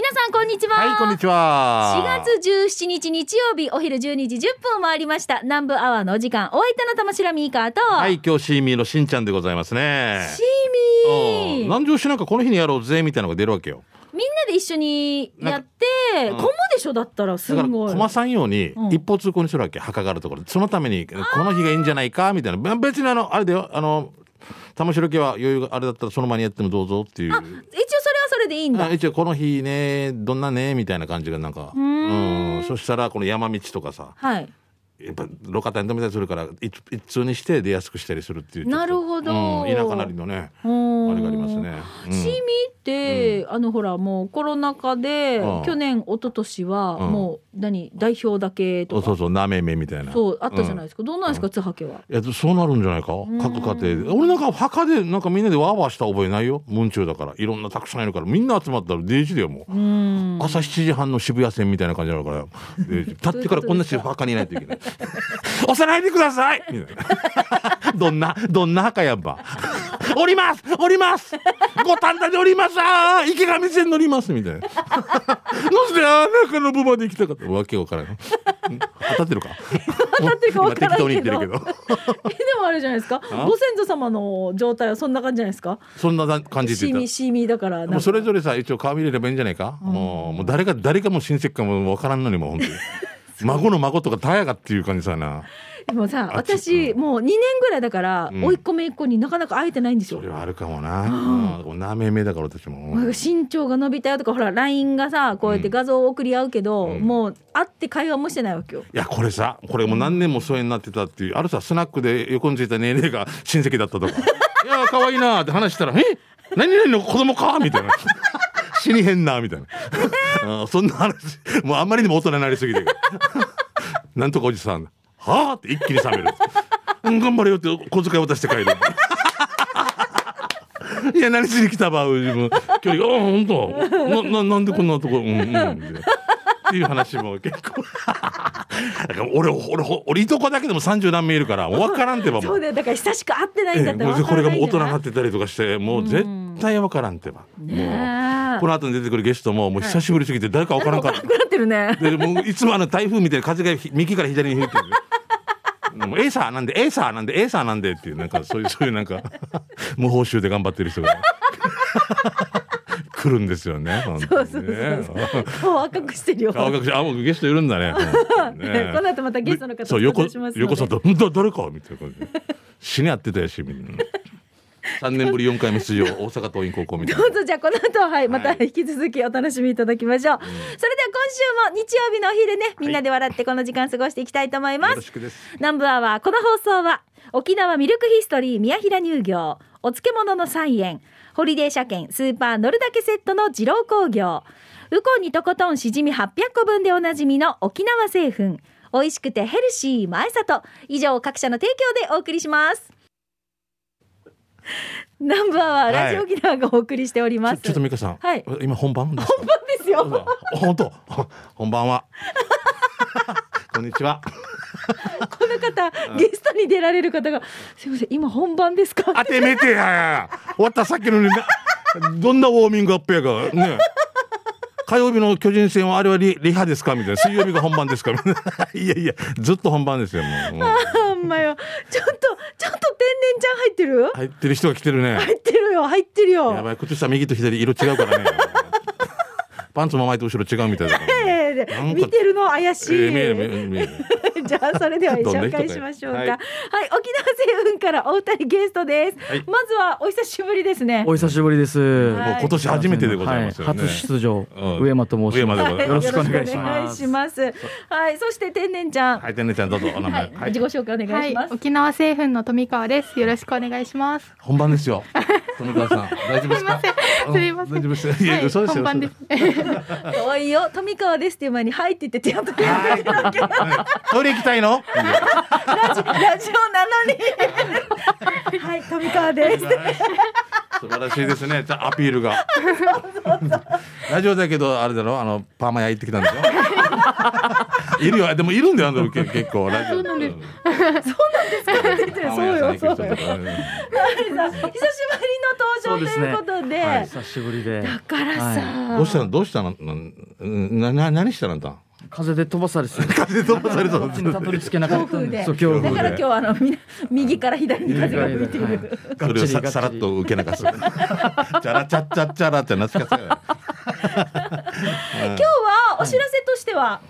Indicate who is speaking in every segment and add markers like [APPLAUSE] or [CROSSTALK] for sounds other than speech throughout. Speaker 1: んこんにちは。
Speaker 2: はい、こんにち
Speaker 1: 4
Speaker 2: は。
Speaker 1: 月17日日曜日お昼12時10分を回りました南部アワーのお時間お相手の玉城ミーカーと、
Speaker 2: はい、今日シーミーのしんちゃんでございますね。
Speaker 1: シーミーみ
Speaker 2: うんん
Speaker 1: な
Speaker 2: 南城市なんかこの日にやろうぜみたいなのが出るわけよ。
Speaker 1: で一緒にやって
Speaker 2: なん
Speaker 1: コ
Speaker 2: か
Speaker 1: モでしょだったらす
Speaker 2: だから
Speaker 1: ごい
Speaker 2: 駒さんように
Speaker 1: うん
Speaker 2: 一方通行にするわけ、墓があるところでそのためにこの日がいいんじゃないかみたいなべ別にあのあれだよあの玉城家は余裕があれだったらその前にやってもどうぞっていう
Speaker 1: あ一応それはそれでいいんだ
Speaker 2: あ一応この日ねどんなねみたいな感じがなんか
Speaker 1: ーん
Speaker 2: うんそしたらこの山道とかさ
Speaker 1: はい
Speaker 2: やっぱ路肩に止めたりするから一一通にして出やすくしたりするっていう
Speaker 1: なるほど
Speaker 2: うん田舎なりのね
Speaker 1: あ
Speaker 2: あ
Speaker 1: れ
Speaker 2: れがありますね、うん
Speaker 1: シミって、あのほらもうコロナ禍で
Speaker 2: うん
Speaker 1: 去年一昨年は
Speaker 2: うん
Speaker 1: もう何代表だけと
Speaker 2: そう
Speaker 1: か
Speaker 2: そうそうなめめみたいな
Speaker 1: そうあったじゃない
Speaker 2: い、
Speaker 1: ですか、どうなんですか津波家は。
Speaker 2: うんいやそうなるんじゃないか
Speaker 1: ん
Speaker 2: 各家庭で俺なんか墓でなんかみんなでワーワーした覚えないよ文中だからいろんなたくさんいるからみんな集まったらデイジだよもう、
Speaker 1: うん
Speaker 2: 朝7時半の渋谷線みたいな感じになるからデイ
Speaker 1: [LAUGHS]
Speaker 2: ジ立ってからこんな人墓にいないといけない [LAUGHS] 押さないでくださいみたいな [LAUGHS] どんなどんな墓やんば [LAUGHS] おりますおります五反田でおりますあー池上線乗りますみたいな [LAUGHS] なぜあー中の部まで行きたかったわけわからない当たってるか
Speaker 1: 当たってるか [LAUGHS] わからんけど
Speaker 2: 今適当に言ってるけど
Speaker 1: [LAUGHS] えでもあれじゃないですか
Speaker 2: あ
Speaker 1: ご先祖様の状態はそんな感じじゃないですか
Speaker 2: そんな感じで
Speaker 1: シ
Speaker 2: 言
Speaker 1: ミ
Speaker 2: って
Speaker 1: シミだから
Speaker 2: た。もうそれ
Speaker 1: れ
Speaker 2: ぞれさ、一応顔見れればいいんじゃないか。もう、もう誰が、誰かも親戚かもわからんのに [LAUGHS] も、本当に。孫の孫とかたやがっていう感じさな。
Speaker 1: でもさ
Speaker 2: あっち
Speaker 1: 私
Speaker 2: うん
Speaker 1: もう2年ぐらいだから
Speaker 2: うん
Speaker 1: 甥っ子姪っ子になかなか会えてないんですよ
Speaker 2: それはあるかもな。うん、なめめだから私も。
Speaker 1: なんか身長が伸びたよとかほら LINE がさこうやって画像を送り合うけど、
Speaker 2: うん
Speaker 1: もう会って会話もしてないわけよ
Speaker 2: いや、これさ、これもう何年も疎遠になってたっていう、あるさ、スナックで横についたねえねえが親戚だったと [LAUGHS] か。いや、可愛いなーって話したら、え何々の子供かみたいな。 [LAUGHS] 死にへんなみたいな。うんそんな話、もうあんまりにも大人になりすぎて。 [LAUGHS] なんとかおじさん、はあって一気に冷める。うん頑張れよって小遣い渡して帰る。 [LAUGHS] いや、何しに来たば、自分。距離が、あ、本当。な、な、なんでこんなとこ、うん、うん。みたいなっていう話も結構。 [LAUGHS] だから俺、俺、ほ俺、いとこだけでも三十何名いるから、分からんてばも
Speaker 1: そうだよだから久しく会ってないんだ
Speaker 2: ええ
Speaker 1: ったら
Speaker 2: も
Speaker 1: わ
Speaker 2: う
Speaker 1: か
Speaker 2: こ
Speaker 1: ら
Speaker 2: れが
Speaker 1: な
Speaker 2: も
Speaker 1: いう
Speaker 2: 大
Speaker 1: んじゃ
Speaker 2: 人に
Speaker 1: ない
Speaker 2: なってたりとかして、もう絶対分からんてば。
Speaker 1: ね
Speaker 2: も
Speaker 1: え
Speaker 2: う、この後に出てくるゲストも、もう久しぶりすぎて、誰か分からんかった
Speaker 1: な。くなってるね
Speaker 2: でもういつもあの台風みたいな風がひ右から左に吹いてる。もうエーサーなんでエーサーなんでエーサーなんでっていうなんかそういうそういうな
Speaker 1: [LAUGHS]
Speaker 2: んか無報酬で頑張ってる人が来るんですよね。本
Speaker 1: そ
Speaker 2: 当
Speaker 1: うそう
Speaker 2: に
Speaker 1: そう
Speaker 2: ね
Speaker 1: そう顔赤くしてるよ
Speaker 2: 顔
Speaker 1: ね
Speaker 2: があもうゲストいるん
Speaker 1: [LAUGHS]
Speaker 2: だね。
Speaker 1: この後またゲストの方
Speaker 2: そう
Speaker 1: 登
Speaker 2: 横
Speaker 1: 場しますので
Speaker 2: 横さんとんだ誰かみたいな感じで死に合ってたやしみたいな。 [LAUGHS] 三年ぶり四回目出場大阪桐蔭高校みたい
Speaker 1: ど
Speaker 2: な
Speaker 1: う。ぞじゃあこの後はいまた
Speaker 2: はい
Speaker 1: 引き続きお楽しみいただきましょう、それでは今週も日曜日のお昼ねみんなで笑ってこの時間過ごしていきたいと思いま
Speaker 2: よ
Speaker 1: す、
Speaker 2: ろしくです。
Speaker 1: 南部アワーこの放送は沖縄ミルクヒストリー宮平乳業お漬物の菜園ホリデー車検スーパー乗るだけセットの二郎工業ウコンにとことんしじみ800個分でおなじみの沖縄製粉美味しくてヘルシー前里以上各社の提供でお送りします南部アワー、
Speaker 2: はい
Speaker 1: ラジオ沖縄がお送りしておりま
Speaker 2: ちょ
Speaker 1: す
Speaker 2: ちょっと美香さん、
Speaker 1: はい
Speaker 2: 今本番ですか
Speaker 1: 本番ですよ
Speaker 2: 本当。本
Speaker 1: [LAUGHS]
Speaker 2: 番は。こんにちは。
Speaker 1: この方ゲストに出られる方がすいません今本番ですか
Speaker 2: あてめてや。終わったさっきのね。どんなウォーミングアップやか。ね。火曜日の巨人戦はあれはリリハですかみたいな。水曜日が本番ですかみたいな。いやいや、ずっと本番ですよ。もうもう
Speaker 1: [LAUGHS] ほんまよ。ちょっと、ちょっと天然ちゃん入ってる
Speaker 2: 入ってる人が来てるね。
Speaker 1: 入ってるよ、入ってる
Speaker 2: や
Speaker 1: よ。
Speaker 2: ばい、靴下右と左色違うからね。パンツも前と後ろ違うみたいだから。
Speaker 1: [LAUGHS] ええ
Speaker 2: なんか
Speaker 1: 見てるの怪しい。
Speaker 2: えー見える見える見える。
Speaker 1: [LAUGHS] じゃあそれでは
Speaker 2: [LAUGHS] どんな
Speaker 1: 紹
Speaker 2: 人か
Speaker 1: 介
Speaker 2: よ
Speaker 1: しましょうか。は、
Speaker 2: はいい
Speaker 1: 沖縄製雲からお二人ゲストです。
Speaker 2: はい
Speaker 1: まずはお久しぶりですね。
Speaker 3: お久しぶりです。
Speaker 2: も
Speaker 1: はいう
Speaker 2: 今年初めてでございますよね。
Speaker 3: は初出場、
Speaker 2: うん
Speaker 3: 上間と申します。
Speaker 2: 上間でご
Speaker 1: は
Speaker 2: ざ
Speaker 1: いい
Speaker 3: よろしくお願いし
Speaker 1: よろくお願
Speaker 3: ま
Speaker 1: い
Speaker 3: す
Speaker 1: し。ますはい、そして天然ちゃん。は
Speaker 2: はい、てんねちゃんどうぞお名前。
Speaker 1: い、自己紹介お願
Speaker 4: はい
Speaker 1: し
Speaker 4: い
Speaker 1: ます。、
Speaker 4: 沖縄製粉の富川です。よろしくお願いします。
Speaker 2: 本番ですよ。富川さん、大丈 [LAUGHS] 夫ですか。
Speaker 4: すみません。
Speaker 2: うん大丈夫です。いや、
Speaker 4: はい
Speaker 2: 嘘ですよ。
Speaker 4: 本番です。
Speaker 1: 可、愛、い、いよ、富川ですっていう前に、はいって言って、ちゃんと。ラ
Speaker 2: はいトイレ行きたいの。
Speaker 1: ジラジオなのに。はい、富川です。
Speaker 2: 素晴らしいですね。じゃあアピールが。ラジオだけど、あれだろあの、パーマ焼いてきたんでしょいるよ、でもいるんだよ、あの、け結構、ラジオ。
Speaker 4: そうなんです
Speaker 2: うん
Speaker 1: そうよそうよ。久しぶりの
Speaker 2: よ。
Speaker 1: 登場ということで、
Speaker 3: はい、久しぶりで。
Speaker 1: だからさ、
Speaker 2: どうしたのどうしたのなんなな何したのあんた。
Speaker 3: 風で飛ばされて。
Speaker 2: [LAUGHS] 風飛ばされた
Speaker 3: こっちにたどり着けなかっ
Speaker 1: [LAUGHS]
Speaker 3: たん
Speaker 1: 強
Speaker 3: で。そう、
Speaker 1: だ
Speaker 3: 強
Speaker 1: から
Speaker 3: 風で。
Speaker 1: 今日はあのみんな右から左に風が吹いてい
Speaker 3: はい
Speaker 1: る。
Speaker 2: それをささらっ。
Speaker 3: ガッチリガッチリ
Speaker 2: と受け流す。チ [LAUGHS] ャラチャッチャッチャラって懐かしい。
Speaker 1: 今日はお知らせとしては、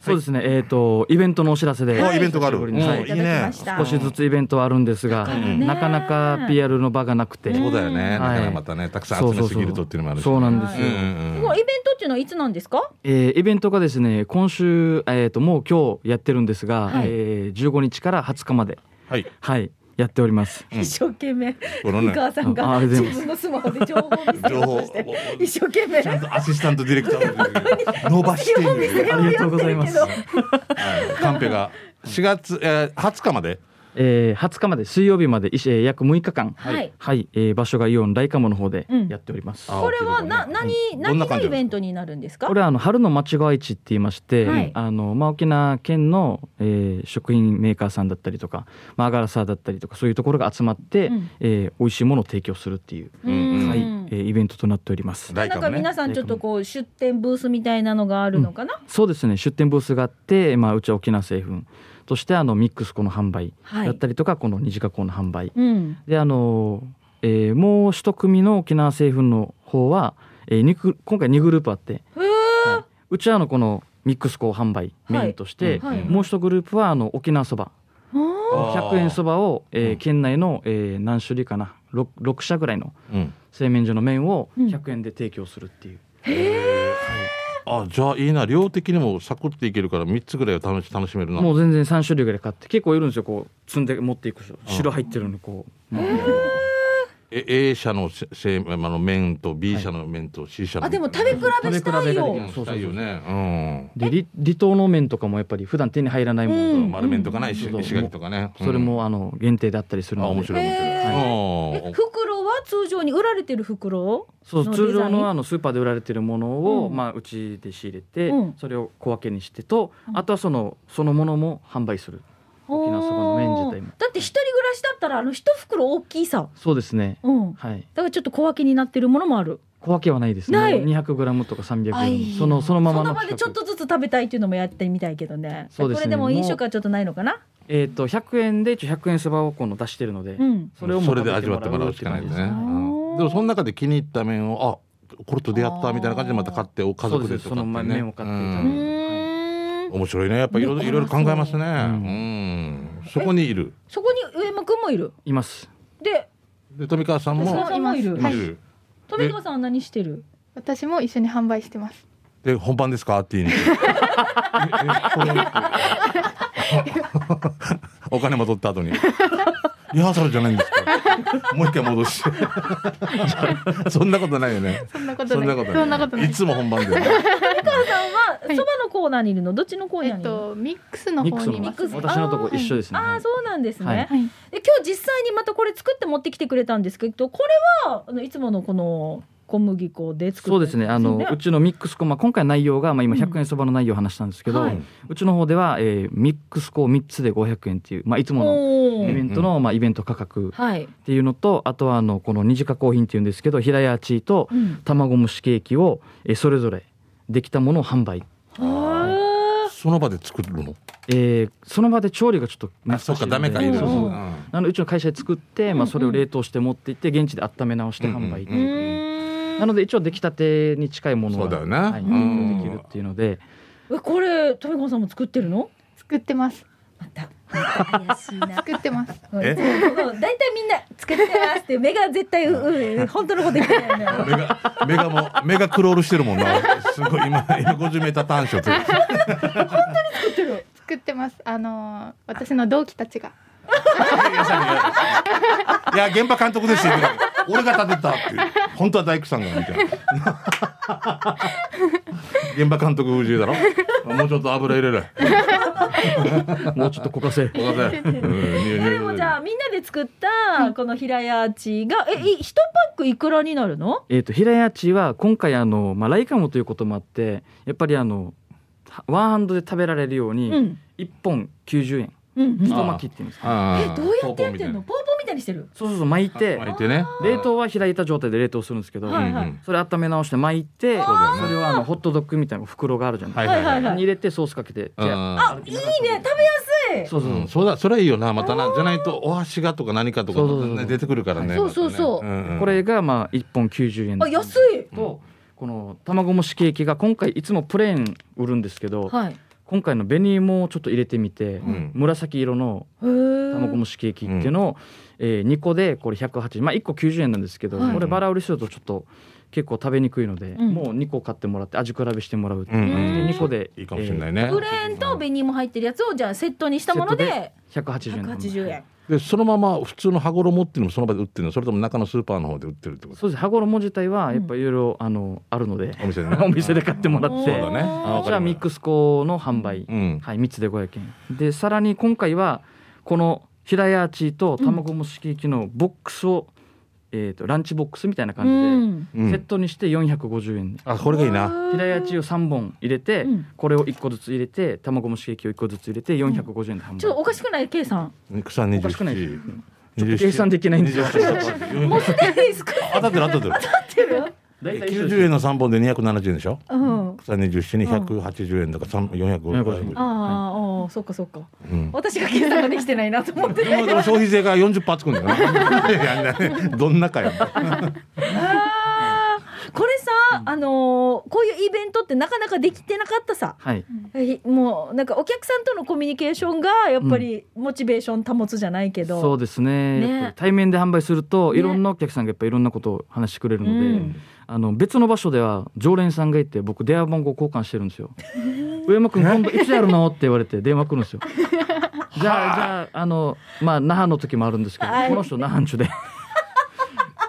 Speaker 3: そうですね、えっ、と、イベントのお知らせで。
Speaker 2: おイベントがある。
Speaker 3: 久
Speaker 2: う
Speaker 3: しぶ
Speaker 2: ん
Speaker 3: りにはい
Speaker 1: いただきました
Speaker 3: 少しずつイベントはあるんですが、
Speaker 1: ね
Speaker 3: なかなか PR の場がなくて。
Speaker 2: そうだよね。だ
Speaker 3: はい
Speaker 2: からまたね、たくさん集めすぎるとっていうのもあるし。
Speaker 3: そうなんですよ、
Speaker 2: うんうん
Speaker 1: も
Speaker 2: う
Speaker 1: うんイベントっていうのはいつなんですか？
Speaker 3: えーイベントがですね今週、えー、ともう今日やってるんですが、
Speaker 1: はい
Speaker 3: えー15日から20日まで
Speaker 2: はい。
Speaker 3: はいやっております
Speaker 2: うん
Speaker 1: 一生懸命、
Speaker 2: この
Speaker 1: 井
Speaker 2: ね
Speaker 1: 川さん
Speaker 3: あ
Speaker 1: が
Speaker 3: ありが
Speaker 1: 自
Speaker 3: とうございます
Speaker 1: 分のスマホで情報を見せようとして
Speaker 2: 情報
Speaker 1: 一生懸命
Speaker 2: ちゃんとアシスタントディレクタ
Speaker 3: [LAUGHS]
Speaker 2: ー伸ばしてい
Speaker 1: 強み
Speaker 2: る。
Speaker 1: 強
Speaker 3: あ
Speaker 1: み
Speaker 3: り
Speaker 1: や
Speaker 3: がと
Speaker 1: っ
Speaker 3: うご
Speaker 1: て
Speaker 3: ざい
Speaker 1: る
Speaker 3: ま
Speaker 1: け
Speaker 3: す
Speaker 1: ど、
Speaker 2: はいカンペが4月えー20日まで。
Speaker 3: えー、20日まで水曜日まで、いしえー約6日間
Speaker 1: はい
Speaker 3: えー場所がイオンライカモの方で
Speaker 1: うん
Speaker 3: やっております、
Speaker 2: あ
Speaker 1: これはな何
Speaker 2: どん
Speaker 1: 何
Speaker 2: な感
Speaker 1: の
Speaker 2: じ
Speaker 1: イベントになるんですか
Speaker 3: こ？れはあの春の町が市って言いまして、
Speaker 1: はい
Speaker 3: あのまあ、沖縄県の、えー食品メーカーさんだったりとか、まあ、アガラサーだったりとかそういうところが集まって、
Speaker 1: うん
Speaker 3: えー美味しいものを提供するっていう、
Speaker 1: う
Speaker 2: うん
Speaker 3: はいえ
Speaker 1: ん
Speaker 3: ーイベントとなっております
Speaker 2: ライ
Speaker 1: なん
Speaker 2: カ
Speaker 1: か
Speaker 2: もね。
Speaker 1: 皆さんちょっとこう出店ブースみたいなのがあるのかな？
Speaker 3: そうですね出店ブースがあって、まあ、うちは沖縄製粉としてあのミックス粉の販売
Speaker 1: は
Speaker 3: だったりとか、この二次加工の販売
Speaker 1: うん。
Speaker 3: であの、えーもう一組の沖縄製粉の方は、えー、にく今回2グループあって
Speaker 1: へえ。
Speaker 3: うちはあのこのミックス粉を販売メインとして、
Speaker 1: はいはい
Speaker 3: もう一グループはあの沖縄そば
Speaker 2: あー
Speaker 3: 100円そばを、えー
Speaker 2: うん
Speaker 3: 県内の、えー何種類かな 6, 6社ぐらいの
Speaker 2: うん。
Speaker 3: 製麺所の麺を
Speaker 1: うん
Speaker 3: 100円で提供するっていう、
Speaker 2: あ、じゃあいいな。量的にもサクっていけるから3つぐらいを楽し楽しめるな。
Speaker 3: もう全然3種類ぐらい買って結構いるんですよこう積んで持っていく人白入ってるのにこう、まあ
Speaker 2: え A 社のせせあの麺と B 社の麺と C 社の
Speaker 1: あ
Speaker 2: 麺
Speaker 1: でも食べ比べしたい
Speaker 3: 食べ比べができ
Speaker 1: よ
Speaker 3: る。
Speaker 2: そうそうよね。
Speaker 3: で離離島の麺とかもやっぱり普段手に入らないもの
Speaker 2: う
Speaker 1: うん
Speaker 2: ん。丸麺とかないし、
Speaker 3: うん
Speaker 2: 石垣とかね。
Speaker 3: それもあの限定だったりす
Speaker 2: う
Speaker 3: る
Speaker 2: ん。あ、
Speaker 3: の
Speaker 2: 面
Speaker 3: で、
Speaker 2: 白い
Speaker 1: へ
Speaker 2: 面
Speaker 3: ー
Speaker 2: 白い。
Speaker 1: え
Speaker 2: うん
Speaker 1: 袋は通常に売られてる袋？
Speaker 3: そう
Speaker 1: のデザイン
Speaker 3: 通常のあのスーパーで売られてるものを、
Speaker 1: うん
Speaker 3: まあうちで仕入れて、
Speaker 1: うん
Speaker 3: それを小分けにしてと、
Speaker 1: うん
Speaker 3: あとはそのそのものも販売する。沖縄そばの麺自体も
Speaker 1: おーだって一人暮らしだったらあの一袋大きいさ。
Speaker 3: そうですね。
Speaker 1: うん。だ
Speaker 3: はい。
Speaker 1: からちょっと小分けになってるものもある。
Speaker 3: 小分けはないです
Speaker 1: な
Speaker 3: ね。
Speaker 1: い
Speaker 3: 200グラムとか300グ
Speaker 1: あ
Speaker 3: ラ
Speaker 1: いい
Speaker 3: ム。
Speaker 1: な
Speaker 3: そのそのままの
Speaker 1: その場でちょっとずつ食べたいっていうのもやってみたいけどね。
Speaker 3: そうです
Speaker 1: こ
Speaker 3: ね
Speaker 1: れでも飲食はちょっとないのかな。
Speaker 3: えっ、と100円で一応100円そばをこの出してるので、
Speaker 1: うん。
Speaker 3: それをも
Speaker 2: そうれ
Speaker 3: 食
Speaker 2: で
Speaker 3: べ
Speaker 2: 味わってもらうしかないですね。
Speaker 3: て
Speaker 2: う
Speaker 3: もらうっ
Speaker 1: もらうっていう感じですね
Speaker 2: ん
Speaker 3: ていう感じ
Speaker 2: でもその中で気に入った麺をあ、これと出会ったみたいな感じでまた買ってお家族でとかって
Speaker 3: そうですその
Speaker 2: ね。
Speaker 3: 麺を買っていただ
Speaker 1: う
Speaker 3: い
Speaker 2: うん
Speaker 1: ーん。
Speaker 2: 面白いね。やっぱいろいろ
Speaker 1: ね
Speaker 2: いろいろ考えますね。う
Speaker 3: うん
Speaker 2: ん。そこにいる。
Speaker 1: そこに上間くんもいる。
Speaker 3: います。
Speaker 1: で、
Speaker 2: で富川さん
Speaker 1: 富川
Speaker 2: も
Speaker 1: さんもいる。
Speaker 4: い
Speaker 2: い
Speaker 4: ま
Speaker 2: る。
Speaker 1: 富川さんは何してる？
Speaker 4: 私も一緒に販売してます。
Speaker 2: で本番ですかって言いに [LAUGHS] ええこれお金も取った後にリハーサルじゃないんですかもう一回戻して [LAUGHS] そんなことないよね
Speaker 4: そんなこと
Speaker 2: そんな
Speaker 4: な。
Speaker 2: いこと
Speaker 4: そんなことないい。
Speaker 2: つも本番で
Speaker 1: 富川さんはそ
Speaker 4: い
Speaker 1: ばのコーナーにいるの？どっちのコー
Speaker 4: え
Speaker 1: ナー
Speaker 4: っ
Speaker 1: にいるの？
Speaker 4: とミックスの
Speaker 3: ミック
Speaker 4: 方
Speaker 3: スの
Speaker 4: にいます、ね。
Speaker 3: 私のとこ一緒ですね。
Speaker 1: ああ、そうなんですね。
Speaker 3: はい
Speaker 4: はい。
Speaker 1: で今日実際にまたこれ作って持ってきてくれたんですけどこれはあのいつものこの小麦粉で作って
Speaker 3: そうですね。あのうちのミックス粉、まあ今回内容がまあ今
Speaker 1: うん
Speaker 3: 100円そばの内容を話したんですけど、
Speaker 1: は
Speaker 3: う
Speaker 1: い
Speaker 3: ちの方では、えーミックス粉3つで500円っていうまあいつも
Speaker 1: お
Speaker 3: のイ
Speaker 1: ー
Speaker 3: ベントのまあイベント価格
Speaker 1: はい、
Speaker 3: っていうのと、あとはあのこの二次加工品っていうんですけど、平屋チーと
Speaker 1: うん、
Speaker 3: 卵蒸しケーキを、えーそれぞれできたものを販売。
Speaker 1: は
Speaker 2: その場で作るの
Speaker 3: えーその場で調理がちょっと
Speaker 2: あ
Speaker 3: 難しい
Speaker 2: そ
Speaker 3: の
Speaker 2: っ
Speaker 3: で
Speaker 2: かダメか
Speaker 1: い
Speaker 2: い
Speaker 1: る
Speaker 2: る
Speaker 1: そ
Speaker 2: そうう
Speaker 1: そ
Speaker 2: そうう、
Speaker 1: うん
Speaker 3: なのでうちの会社で作って、まあ、それを冷凍して持って行って現地で温め直して販売、
Speaker 2: うん
Speaker 1: ーうー
Speaker 3: なんので一応出来たてに近いもの
Speaker 2: そうだよね
Speaker 3: はい、
Speaker 2: う
Speaker 3: 提
Speaker 2: ん
Speaker 3: 供できるっていうので
Speaker 1: えこれ富川さんも作ってるの
Speaker 4: 作ってます。
Speaker 1: また怪しいな
Speaker 4: 作ってます。
Speaker 1: 大
Speaker 2: え
Speaker 1: 体みんな作ってますって目が絶対うう本当のこと言ってないんだよね
Speaker 2: 目が目がもう目がクロールしてるもんなすごい今今 50m 短所って
Speaker 1: 作ってる
Speaker 4: 作ってます。あのー私の同期たちが。
Speaker 2: いや現場監督ですよみたいな俺が立てたっていう本当は大工さんがみたいな現場監督風流だろもうちょっと油入れる
Speaker 3: もうちょっとこかせ
Speaker 2: ごめんなさい
Speaker 1: これもじゃあみんなで作ったこの平屋地がえい一パックいくらになるの
Speaker 3: えーと平屋地は今回あの、まあ、ライカムということもあってやっぱりあのワンハンドで食べられるよう
Speaker 1: う
Speaker 3: に
Speaker 1: ん
Speaker 3: 1本90円
Speaker 1: うんうん
Speaker 2: あ
Speaker 3: 太巻きっていうんですか
Speaker 2: あ
Speaker 1: え
Speaker 2: ー
Speaker 1: どうやってやってんのポンポンみたいにしてる
Speaker 3: そうそうそう巻いて
Speaker 2: 巻いてね
Speaker 3: 冷凍は開いた状態で冷凍するんですけど、
Speaker 1: は
Speaker 2: はい
Speaker 1: いは
Speaker 2: はいい
Speaker 3: それ温め直して巻いてそ,、
Speaker 2: あー
Speaker 3: れはあのホットドッグみたいな袋があるじゃないですか、
Speaker 2: はい
Speaker 1: は
Speaker 2: はいい
Speaker 1: は
Speaker 2: はいい
Speaker 3: に入れてソースかけて
Speaker 2: あ
Speaker 1: あいいね食べやすい
Speaker 3: そうそう
Speaker 2: う
Speaker 3: そう、
Speaker 2: ん、そうだそれいいよなまたなじゃないとお箸がとか何かとか
Speaker 3: そうそうそう
Speaker 2: 出てくるからね
Speaker 1: そうそうそう
Speaker 2: またねんん
Speaker 3: これがまあ1本90円
Speaker 1: あ安い
Speaker 3: とこの卵蒸しケーキが今回いつもプレーン売るんですけど
Speaker 1: はいへ
Speaker 3: 今回の紅芋をちょっと入れてみて、
Speaker 2: うん
Speaker 3: 紫色の
Speaker 1: え
Speaker 3: 卵蒸しケーキっていうのを、え2個でこれ180まあ1個90円なんですけど、
Speaker 1: はい
Speaker 3: これバラ売りするとちょっと結構食べにくいので、
Speaker 1: うん
Speaker 3: もう2個買ってもらって味比べしてもらうって
Speaker 2: うん
Speaker 3: いう、
Speaker 2: うん
Speaker 1: うん
Speaker 3: で2個で、
Speaker 2: いいかもしれないいね
Speaker 1: プレーンと紅芋入ってるやつをじゃあセットにしたもので
Speaker 3: えー180円
Speaker 1: 180円
Speaker 2: でそのまま普通の羽衣っていうのもその場で売ってるのそれとも中のスーパーの方で売ってるってこと
Speaker 3: そうです羽衣自体はやっぱいろいろあのあるので、 [LAUGHS]
Speaker 2: お店で
Speaker 3: お店で買ってもらっ
Speaker 2: そう
Speaker 3: て
Speaker 2: だねあわか
Speaker 3: こち
Speaker 2: りま
Speaker 3: ら
Speaker 2: した
Speaker 3: ミックス粉の販売、
Speaker 2: うん
Speaker 3: はい、3つで500円でさらに今回はこの平屋アーチと卵蒸しケーキのボックスを、えー、とランチボックスみたいな
Speaker 1: う
Speaker 3: 感
Speaker 1: ん
Speaker 2: う
Speaker 3: じで、セッ
Speaker 2: ん
Speaker 3: トにして450円で
Speaker 2: あこれがいいな
Speaker 3: 平屋アーチを3本入れて、
Speaker 1: うん
Speaker 3: これを1個ずつ入れて卵蒸しケーキを1個ずつ入れて450円で販売、
Speaker 1: ちょっとおかしくない K さん
Speaker 2: 肉さん
Speaker 3: おかしくないです
Speaker 2: 27
Speaker 3: ちょっと計算できないんですよ
Speaker 1: もうすでに少な
Speaker 2: 当たってる当たって
Speaker 1: っ
Speaker 2: る
Speaker 1: てる
Speaker 3: 大体一緒です
Speaker 2: 90円の3本で270円でしょ
Speaker 1: うん
Speaker 2: 草27に180円とか3 450円
Speaker 1: ああああそっかそっか
Speaker 2: うん
Speaker 1: 私が計算ができてないなと思って
Speaker 2: 今でも消費税が40%つくん
Speaker 3: [LAUGHS]
Speaker 2: だよないやいやどんなかよ
Speaker 1: あーこれさ、あのーこういうイベントってなかなかできてなかったさ
Speaker 3: はい
Speaker 1: えもうなんかお客さんとのコミュニケーションがやっぱりモチベーション保つじゃないけど、
Speaker 3: そうですね
Speaker 1: ね
Speaker 3: やっぱり対面で販売すると、
Speaker 1: ね
Speaker 3: いろんなお客さんがやっぱいろんなことを話してくれるので、
Speaker 1: うん
Speaker 3: あの別の場所では常連さんがいて僕電話番号交換してるんですよ「上山君今度いつやるの?」って言われて電話来るんですよじゃあじゃああのまあ那覇の時もあるんですけど
Speaker 1: はい
Speaker 3: この人那覇んちゅで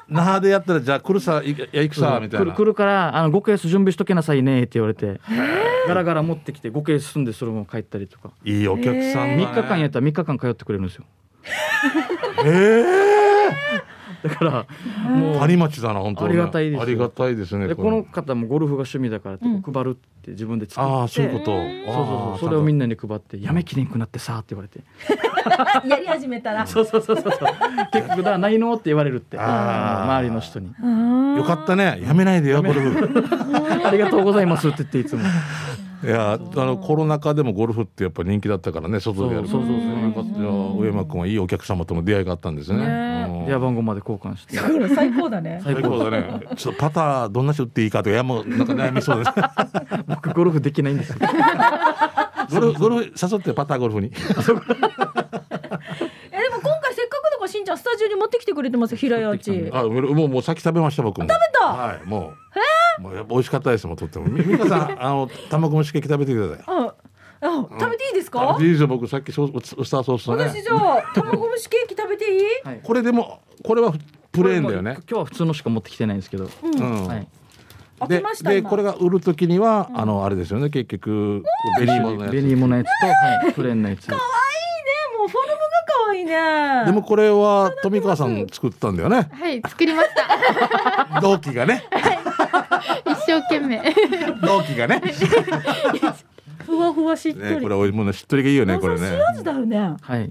Speaker 2: 那覇でやったらじゃあ来るさいや行くさみたい
Speaker 3: 来る
Speaker 2: な
Speaker 3: 来るからあの5ケース準備しとけなさいねって言われてガラガラ持ってきて5ケース済んでそれも帰ったりとか
Speaker 2: いいお客さんだね
Speaker 3: 3日間やったら3日間通ってくれるんですよ [LAUGHS] だからもう
Speaker 2: 谷町だな本当に
Speaker 3: ありがたいですよ
Speaker 2: ありがたいですね
Speaker 3: でこの方もゴルフが趣味だからって
Speaker 1: うん
Speaker 3: 配るって自分で作って、
Speaker 2: ああそういうこと
Speaker 3: そうそうそうそれをみんなに配って「やめきれんくなってさ」って言われて
Speaker 1: あやり始めたら
Speaker 3: そうそうそうそうそう結局だないのって言われるって
Speaker 2: あー
Speaker 3: 周りの人に
Speaker 1: あー
Speaker 2: よかったねやめないでよゴルフ
Speaker 3: 「ありがとうございます」って言っていつも
Speaker 2: いやあのコロナ禍でもゴルフってやっぱ人気だったからね外でやる
Speaker 3: そうそうそうそう
Speaker 2: よかったじゃあ上山君はいいお客様との出会いがあったんですね
Speaker 1: ね
Speaker 2: うん
Speaker 3: 電話番号まで交換して
Speaker 1: だから最高だね
Speaker 3: 最
Speaker 2: 最高だね。ちょっとパターどんな人打っていいかとか、いやもうなんか悩みそう
Speaker 3: [LAUGHS]
Speaker 2: です。
Speaker 3: 僕ゴルフできないんですよ
Speaker 2: ゴルフ、ゴルフ誘ってパターゴルフに。
Speaker 1: えでも今回せっかくだからしんちゃんスタジオに持ってきてくれてますよ平屋ち
Speaker 3: 持ってき
Speaker 1: 食
Speaker 2: あ、もう、もうもう先食べました、僕も。食べ
Speaker 1: た
Speaker 2: はい、もう。もうやっぱ美味しかったですもん、とっても。み、みかさん、あの、卵蒸しケーキ食べてください。
Speaker 1: ああ食べていいですか、
Speaker 2: 食べていいですよ、僕さっきソース、ウスターソースと
Speaker 1: 私
Speaker 2: ね。
Speaker 1: じゃあ卵蒸しケーキ食べていい、
Speaker 2: これでも、これはプレーンだよね
Speaker 3: 今。日は普通のしか持ってきてないんですけど、
Speaker 1: う、
Speaker 2: うんん
Speaker 3: はい。
Speaker 1: 開け
Speaker 2: で
Speaker 1: まし、た
Speaker 2: で、
Speaker 1: 今
Speaker 2: これが売る時には、あの、あれですよね、結局。紅芋のや
Speaker 3: ベ
Speaker 2: つ。
Speaker 3: ニーモのやつと、はい、プレーンのやつ
Speaker 1: もうフォルムが可愛いね
Speaker 2: でも、これは富川さん作ったんだよね。
Speaker 4: はい作りまし
Speaker 2: [LAUGHS]
Speaker 4: た
Speaker 2: 同期がね。
Speaker 4: 一生懸命 [LAUGHS]
Speaker 2: 同期
Speaker 1: [LAUGHS]
Speaker 2: がね。
Speaker 1: ふわふわしっとり、
Speaker 2: ね、これおいもうねしっとりがいいよね、これね。
Speaker 1: 味だよねね
Speaker 3: はい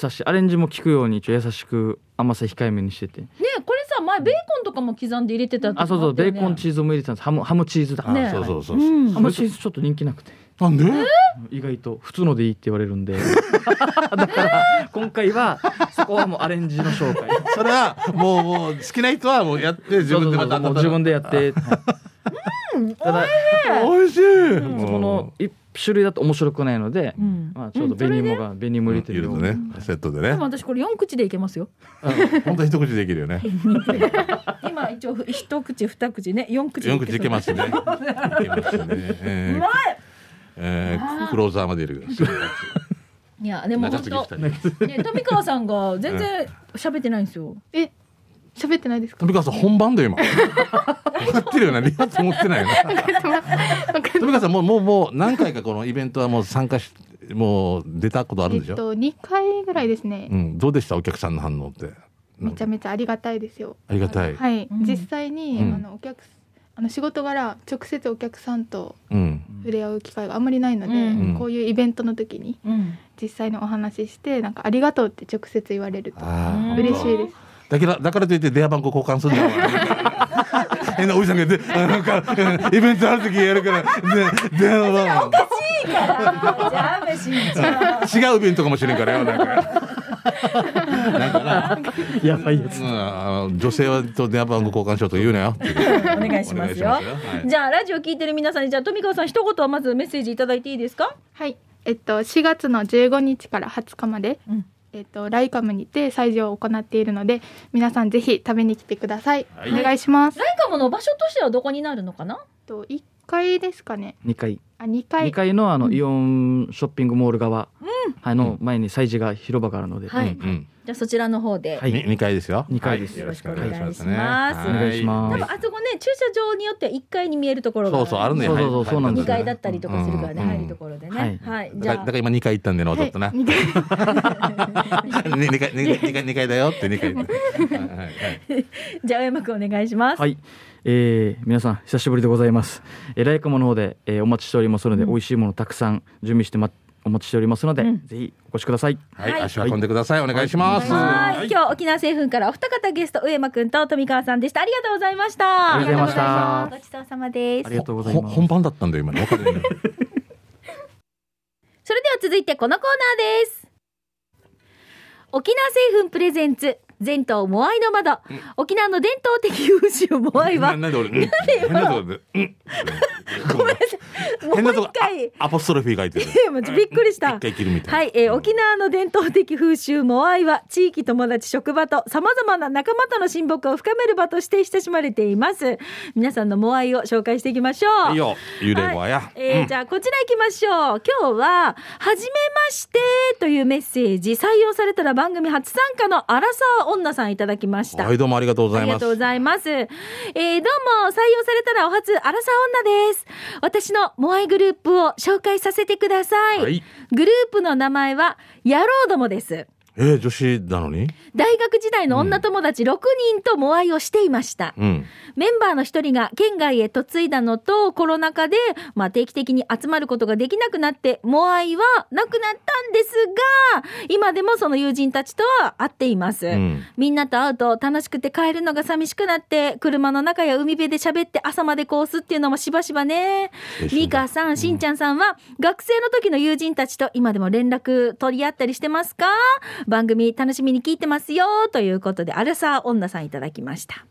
Speaker 3: 優しいアレンジも効くように一応優しく甘さ控えめにしてて
Speaker 1: これさ前ベーコンとかも刻んで入れてた時も
Speaker 3: あそうそう
Speaker 1: った
Speaker 3: ベ
Speaker 1: よ
Speaker 3: ーコンチーズも入れてたんですハムハムチーズだ
Speaker 2: あ
Speaker 1: ね
Speaker 2: そうそうそうう。
Speaker 1: ん
Speaker 3: ハムチーズちょっと人気なくて
Speaker 2: なんで？
Speaker 3: 意外と普通のでいいって言われるんでだから今回はそこはもうアレンジの紹介
Speaker 2: それはもうもう好きな人はもうやって自分でまた
Speaker 3: もう自分
Speaker 2: で。
Speaker 3: でやってただ
Speaker 2: 美味しい。
Speaker 3: そこの
Speaker 2: も
Speaker 3: 一種類だと面白くないので、
Speaker 1: うん
Speaker 3: まあ、ちょうど紅芋が紅芋
Speaker 2: う
Speaker 3: 入
Speaker 2: い
Speaker 3: れてる
Speaker 2: る
Speaker 3: よう
Speaker 2: と
Speaker 3: な、
Speaker 2: ねセットで
Speaker 1: で
Speaker 2: ね
Speaker 1: も。私これ四口でいけますよ。
Speaker 2: 本当一口できるよね。
Speaker 1: [LAUGHS] 今一応一口二口ね四口
Speaker 2: 四口いけま
Speaker 1: [LAUGHS]
Speaker 2: すね。いけますね。
Speaker 1: う
Speaker 2: え
Speaker 1: ま
Speaker 2: ー
Speaker 1: い。
Speaker 2: えークローザーまでいる。
Speaker 1: いやでも
Speaker 2: 中
Speaker 1: 本
Speaker 2: 継ぎ二
Speaker 1: 当
Speaker 2: 人。
Speaker 1: ね富川さんが全然喋ってないんですよ。
Speaker 4: え喋ってないですか
Speaker 2: 富川さん本番だよ今。分かってるよね。リハ持ってないよ
Speaker 4: [LAUGHS]
Speaker 2: ね。
Speaker 4: なんか
Speaker 2: 富川さんもうもうもう何回かこのイベントはもう参加しもう出たことあるんでし
Speaker 4: えっ
Speaker 2: ょ。
Speaker 4: と2回ぐらいですね、
Speaker 2: うん。どうでしたお客さんの反応って。
Speaker 4: めちゃめちゃありがたいですよ
Speaker 2: ありがたい。
Speaker 4: はい、
Speaker 1: うん
Speaker 4: 実際に、
Speaker 2: うん
Speaker 4: あのお客あの仕事柄直接お客さんと
Speaker 2: うん。
Speaker 4: 触れ合う機会があんまりないので、
Speaker 1: うん
Speaker 4: こういうイベントの時に
Speaker 1: うん、
Speaker 4: 実際のお話ししてなんかありがとうって直接言われると
Speaker 2: あー
Speaker 4: 嬉しいです。
Speaker 2: だからだからといって電話番号交換するの [LAUGHS] は変なおじさんがであ [LAUGHS] なんかうんイベントある時やるからで電話番号
Speaker 1: いいからじゃあ飯行っちゃ
Speaker 2: 違うイベントかもしれんからよなん
Speaker 4: [LAUGHS]
Speaker 2: かなんかな、
Speaker 3: やばいやつ
Speaker 2: うんあの、女性はと電話番号交換しようと言うなよ
Speaker 1: お願いしますよ
Speaker 2: お願いしますよはい
Speaker 1: じゃあラジオ聞いてる皆さんにじゃあ富川さん一言まずメッセージいただいていいですか
Speaker 4: はい。えっと4月の15日から20日まで、
Speaker 1: うん
Speaker 4: えっとライカムにて催事を行っているので皆さんぜひ食べに来てください。
Speaker 2: はい
Speaker 4: お願いします。
Speaker 1: ライカムの場所としてはどこになるのかな
Speaker 4: えっと1階ですかね。
Speaker 3: 2階
Speaker 4: あ2
Speaker 3: 二
Speaker 4: 階。
Speaker 3: 階のあのイオンショッピングモール側あの前に催事が広場があるので
Speaker 1: はい
Speaker 2: うん
Speaker 1: じゃあそちらの方で、
Speaker 3: はい
Speaker 2: に二回ですよ
Speaker 3: 二回です
Speaker 2: はいよろしくお
Speaker 1: よろ
Speaker 2: 願
Speaker 1: し
Speaker 2: い
Speaker 1: くお願
Speaker 2: しま
Speaker 1: いし
Speaker 2: すね
Speaker 1: ます
Speaker 2: は
Speaker 3: お願いします
Speaker 1: 多分あそこね駐車場によっては1階に見えるところが
Speaker 2: そうそうあるね
Speaker 3: そうそうそうそうなんです
Speaker 1: 2
Speaker 3: よ
Speaker 1: 階だったりとかするからね、
Speaker 2: うん
Speaker 1: 入るところでねはい、じ
Speaker 2: だか
Speaker 1: ゃ
Speaker 2: ら
Speaker 1: あ
Speaker 2: だから今二回行ったんでのちょっとな、
Speaker 4: はい、二階
Speaker 2: ね [LAUGHS] 二回二回二回だよって
Speaker 1: [LAUGHS]
Speaker 2: 二回言ってはいはいはい
Speaker 1: じゃあ青山くんお願いします、
Speaker 3: はい、えー皆さん久しぶりでございます、えー、ライカモの方で、えーお待ちしておりますので、美味しいものたくさん準備して、ま、お待ちしておりますので、
Speaker 1: うん
Speaker 3: ぜひお越しください
Speaker 2: はい、
Speaker 1: はい
Speaker 2: 足を運んでください。お願いします。
Speaker 1: はい
Speaker 2: はい
Speaker 1: 今日沖縄製粉からお二方ゲスト上間くんと富川さんでしたありがとうございました
Speaker 3: ありがとうございました
Speaker 1: ありがとうございましたごちそうさまです
Speaker 3: ありがとうござい
Speaker 2: ほ
Speaker 3: ます
Speaker 2: 本番だったんだよ、今の。わかるよね
Speaker 1: それでは続いてこのコーナーです。沖縄製粉プレゼンツ、全島モアイの窓。沖縄の伝統的風習モアイは
Speaker 2: な、なんで俺、うん変なとこで、うん。ごめんなさ
Speaker 1: もう
Speaker 2: [LAUGHS] 変なとこ
Speaker 1: 一回、
Speaker 2: アポストロフィー書いてる。
Speaker 1: いや [LAUGHS] もうびっくりした
Speaker 2: 一。回切るみたいな。
Speaker 1: はい、えー沖縄の伝統的風習モアイは地域友達職場とさまざまな仲間との親睦を深める場として親しまれています皆さんのモアイを紹介していきましょう
Speaker 2: いいよ、幽霊はや。
Speaker 1: えーじゃあこちら行きましょう今日は「はじめまして」というメッセージ採用されたら番組初参加のアラサー女さんいただきました
Speaker 2: はい、どうもありがとうござ
Speaker 1: あ
Speaker 2: い
Speaker 1: り
Speaker 2: ま
Speaker 1: が
Speaker 2: す
Speaker 1: とうご。ざいます。えーどうも、採用されたらお初、アラサー女です。私のモアイグループを紹介させてください。
Speaker 2: はい
Speaker 1: グループの名前は、野郎どもです。
Speaker 2: えー、女子なのに。
Speaker 1: 大学時代の女友達6人とモアイをしていました。
Speaker 2: うん。
Speaker 1: メンバーの一人が県外へ嫁いだのとコロナ禍で、まあ、定期的に集まることができなくなってモアイはなくなったんですが今でもその友人たちとは会っています、
Speaker 2: うん。
Speaker 1: みんなと会うと楽しくて帰るのが寂しくなって車の中や海辺で喋って朝までこうすっていうのもしばしばね
Speaker 2: 青春だ
Speaker 1: ミカさんしんちゃんさんは学生の時の友人たちと今でも連絡取り合ったりしてますか番組楽しみに聞いてますよということでアルサー女さんいただきました